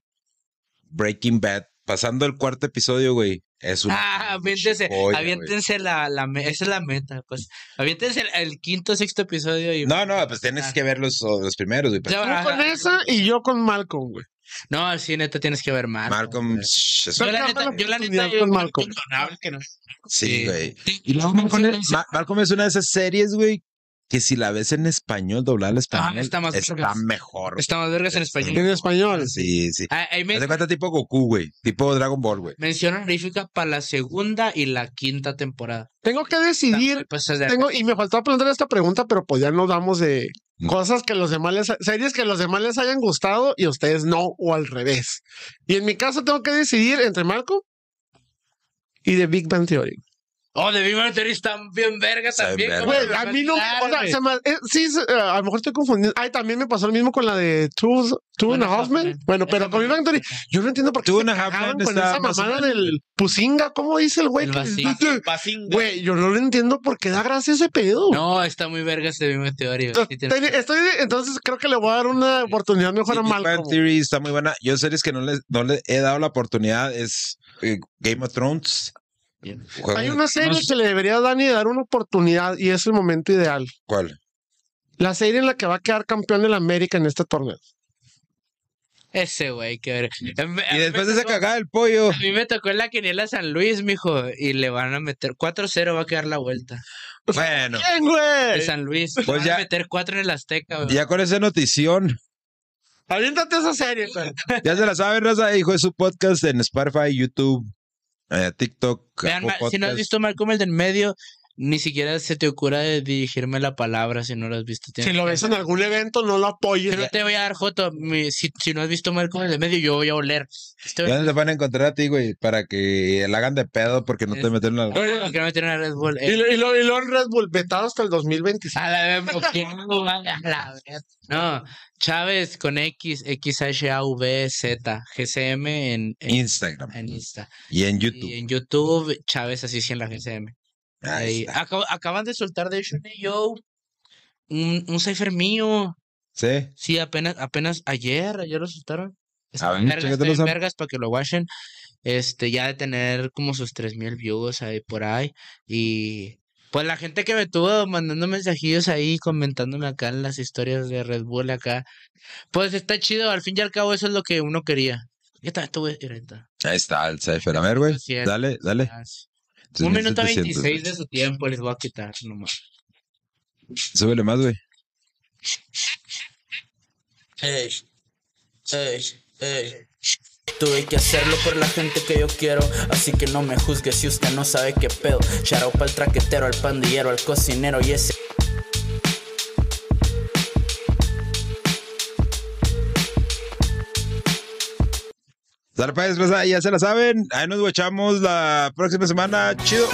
Breaking Bad. Pasando el cuarto episodio, güey. Es un.
Ah, aviéntense,
joya,
aviéntense la, la me- esa es la meta, pues. Aviéntense el, el quinto, sexto episodio y.
güey. No, no, pues tienes
Ah.
que ver los, los primeros, güey.
O
pero-
sea,
Tú
ajá.
con esa y yo con Malcolm, güey.
No, sí, neta, tienes que ver Malcolm.
Malcolm.
güey.
shh, es-
Yo la,
Saca
neta,
la
yo la
oportunidad
neta,
con
yo-
Malcolm.
imperdonable que no.
Sí, güey.
Y luego
Malcolm es, Ma- Malcolm es una de esas series, güey, que si la ves en español, doblada al español,
Ah, está más vergas.
mejor. güey.
Está más vergas en español.
En español.
Sí, sí.
Ah, ahí
Haz
men-
de cuenta tipo Goku, güey. Tipo Dragon Ball, güey.
mención honorífica para la segunda y la quinta temporada.
Tengo que decidir.
Pues es de
Tengo, y me faltaba preguntar esta pregunta, pero pues ya no damos de
Mm.
cosas que los demás les, series que los demás les hayan gustado y a ustedes no, o al revés. Y en mi caso tengo que decidir entre Malcolm y The Big Bang Theory.
Oh, de Big Bang Theory están bien verga
Está bien verga.
también. como
Güey,
la
a mí no,
verdad,
o sea,
güey.
se me- eh, sí, se- eh, a lo mejor estoy confundiendo. Ay, también me pasó lo mismo con la de Two, Two and a Half Men. Bueno, pero con Big Bang Theory, yo no entiendo por qué
Two
se
and a Half
cagaban
Men
con
está
esa
más o
mamada
menos.
del Pusinga, ¿cómo dice el güey?
El
que-
vacín.
Basinga.
Güey, yo no lo entiendo por qué da gracia ese pedo.
No, está muy verga ese de Big Bang Theory. güey. Sí
Entonces,
tiene-
ten- estoy, entonces creo que le voy a dar una oportunidad mejor
Sí,
a
Big Bang
Malcolm.
Theory está muy buena. Yo series que no les no le he dado la oportunidad es eh, Game of Thrones.
Bien.
Juego
Hay
de-
una serie
no sé.
que le debería a Dani dar una oportunidad y es el momento ideal.
¿Cuál?
La serie en la que va a quedar campeón del América en este torneo.
Ese güey, qué verga.
Y después de esa cagada del pollo.
A mí me tocó en la quiniela San Luis, mijo, y le van a meter 4-0 va a quedar la vuelta.
Bueno,
¡Bien,
De
güey!
San Luis,
Pues
van
ya.
a meter 4 en el Azteca, güey.
ya con esa notición,
Aviéntate esa serie, güey.
ya se la saben, raza. Hijo de su podcast en Spotify, YouTube, eh, TikTok.
Vean,
Apple
ma- si no has
Podcast.
visto Malcolm el del medio, ni siquiera se te ocurra de dirigirme la palabra si no lo has visto. Tienes
Si lo
que-
ves en algún evento, no lo apoyes.
Yo te voy a dar Joto. mi- si, si no has visto Malcolm el del medio, yo voy a oler. Estoy-
¿Dónde te van a encontrar a ti, güey? Para que la hagan de pedo porque no te
Es-
metieron la...
Porque no me tiene una Red Bull.
Y
eh.
lo, y lo, y lo han Red Bull vetado hasta el 2025.
A la vez, ¿por qué no van a la vez? No, Chávez con X, X, H, A, V, Z, GCM en, en,
Instagram
en Insta.
y en
Y
YouTube.
en YouTube, Chávez así sí en la GCM.
Ahí
Ahí.
está.
Acab- acaban de soltar, de hecho, en yo un, un cipher mío.
Sí.
Sí, apenas, apenas ayer, ayer lo soltaron.
A
Está
ver,
en vergas,
chécatelo,
está en
Sam.
vergas para que lo watchen. Este, ya de tener como sus 3000 views ahí por ahí. Y pues la gente que me tuvo mandando mensajillos ahí, comentándome acá en las historias de Red Bull acá. Pues está chido, al fin y al cabo eso es lo que uno quería. Ya está, esto, güey, ya está.
Ahí está el cipher. A ver, güey.
Sí, es.
Dale, dale.
Ah, sí. Un minuto
1700,
26 de su tiempo les voy a quitar nomás.
Súbele más, güey.
Ey, ey, ey. Tuve que hacerlo por la gente que yo quiero, así que no me juzgue si usted no sabe qué pedo. Charo al traquetero, al pandillero, al cocinero y ese.
pues, Dale, pues, raza, ya se la saben. Ahí nos guachamos la próxima semana. Chido.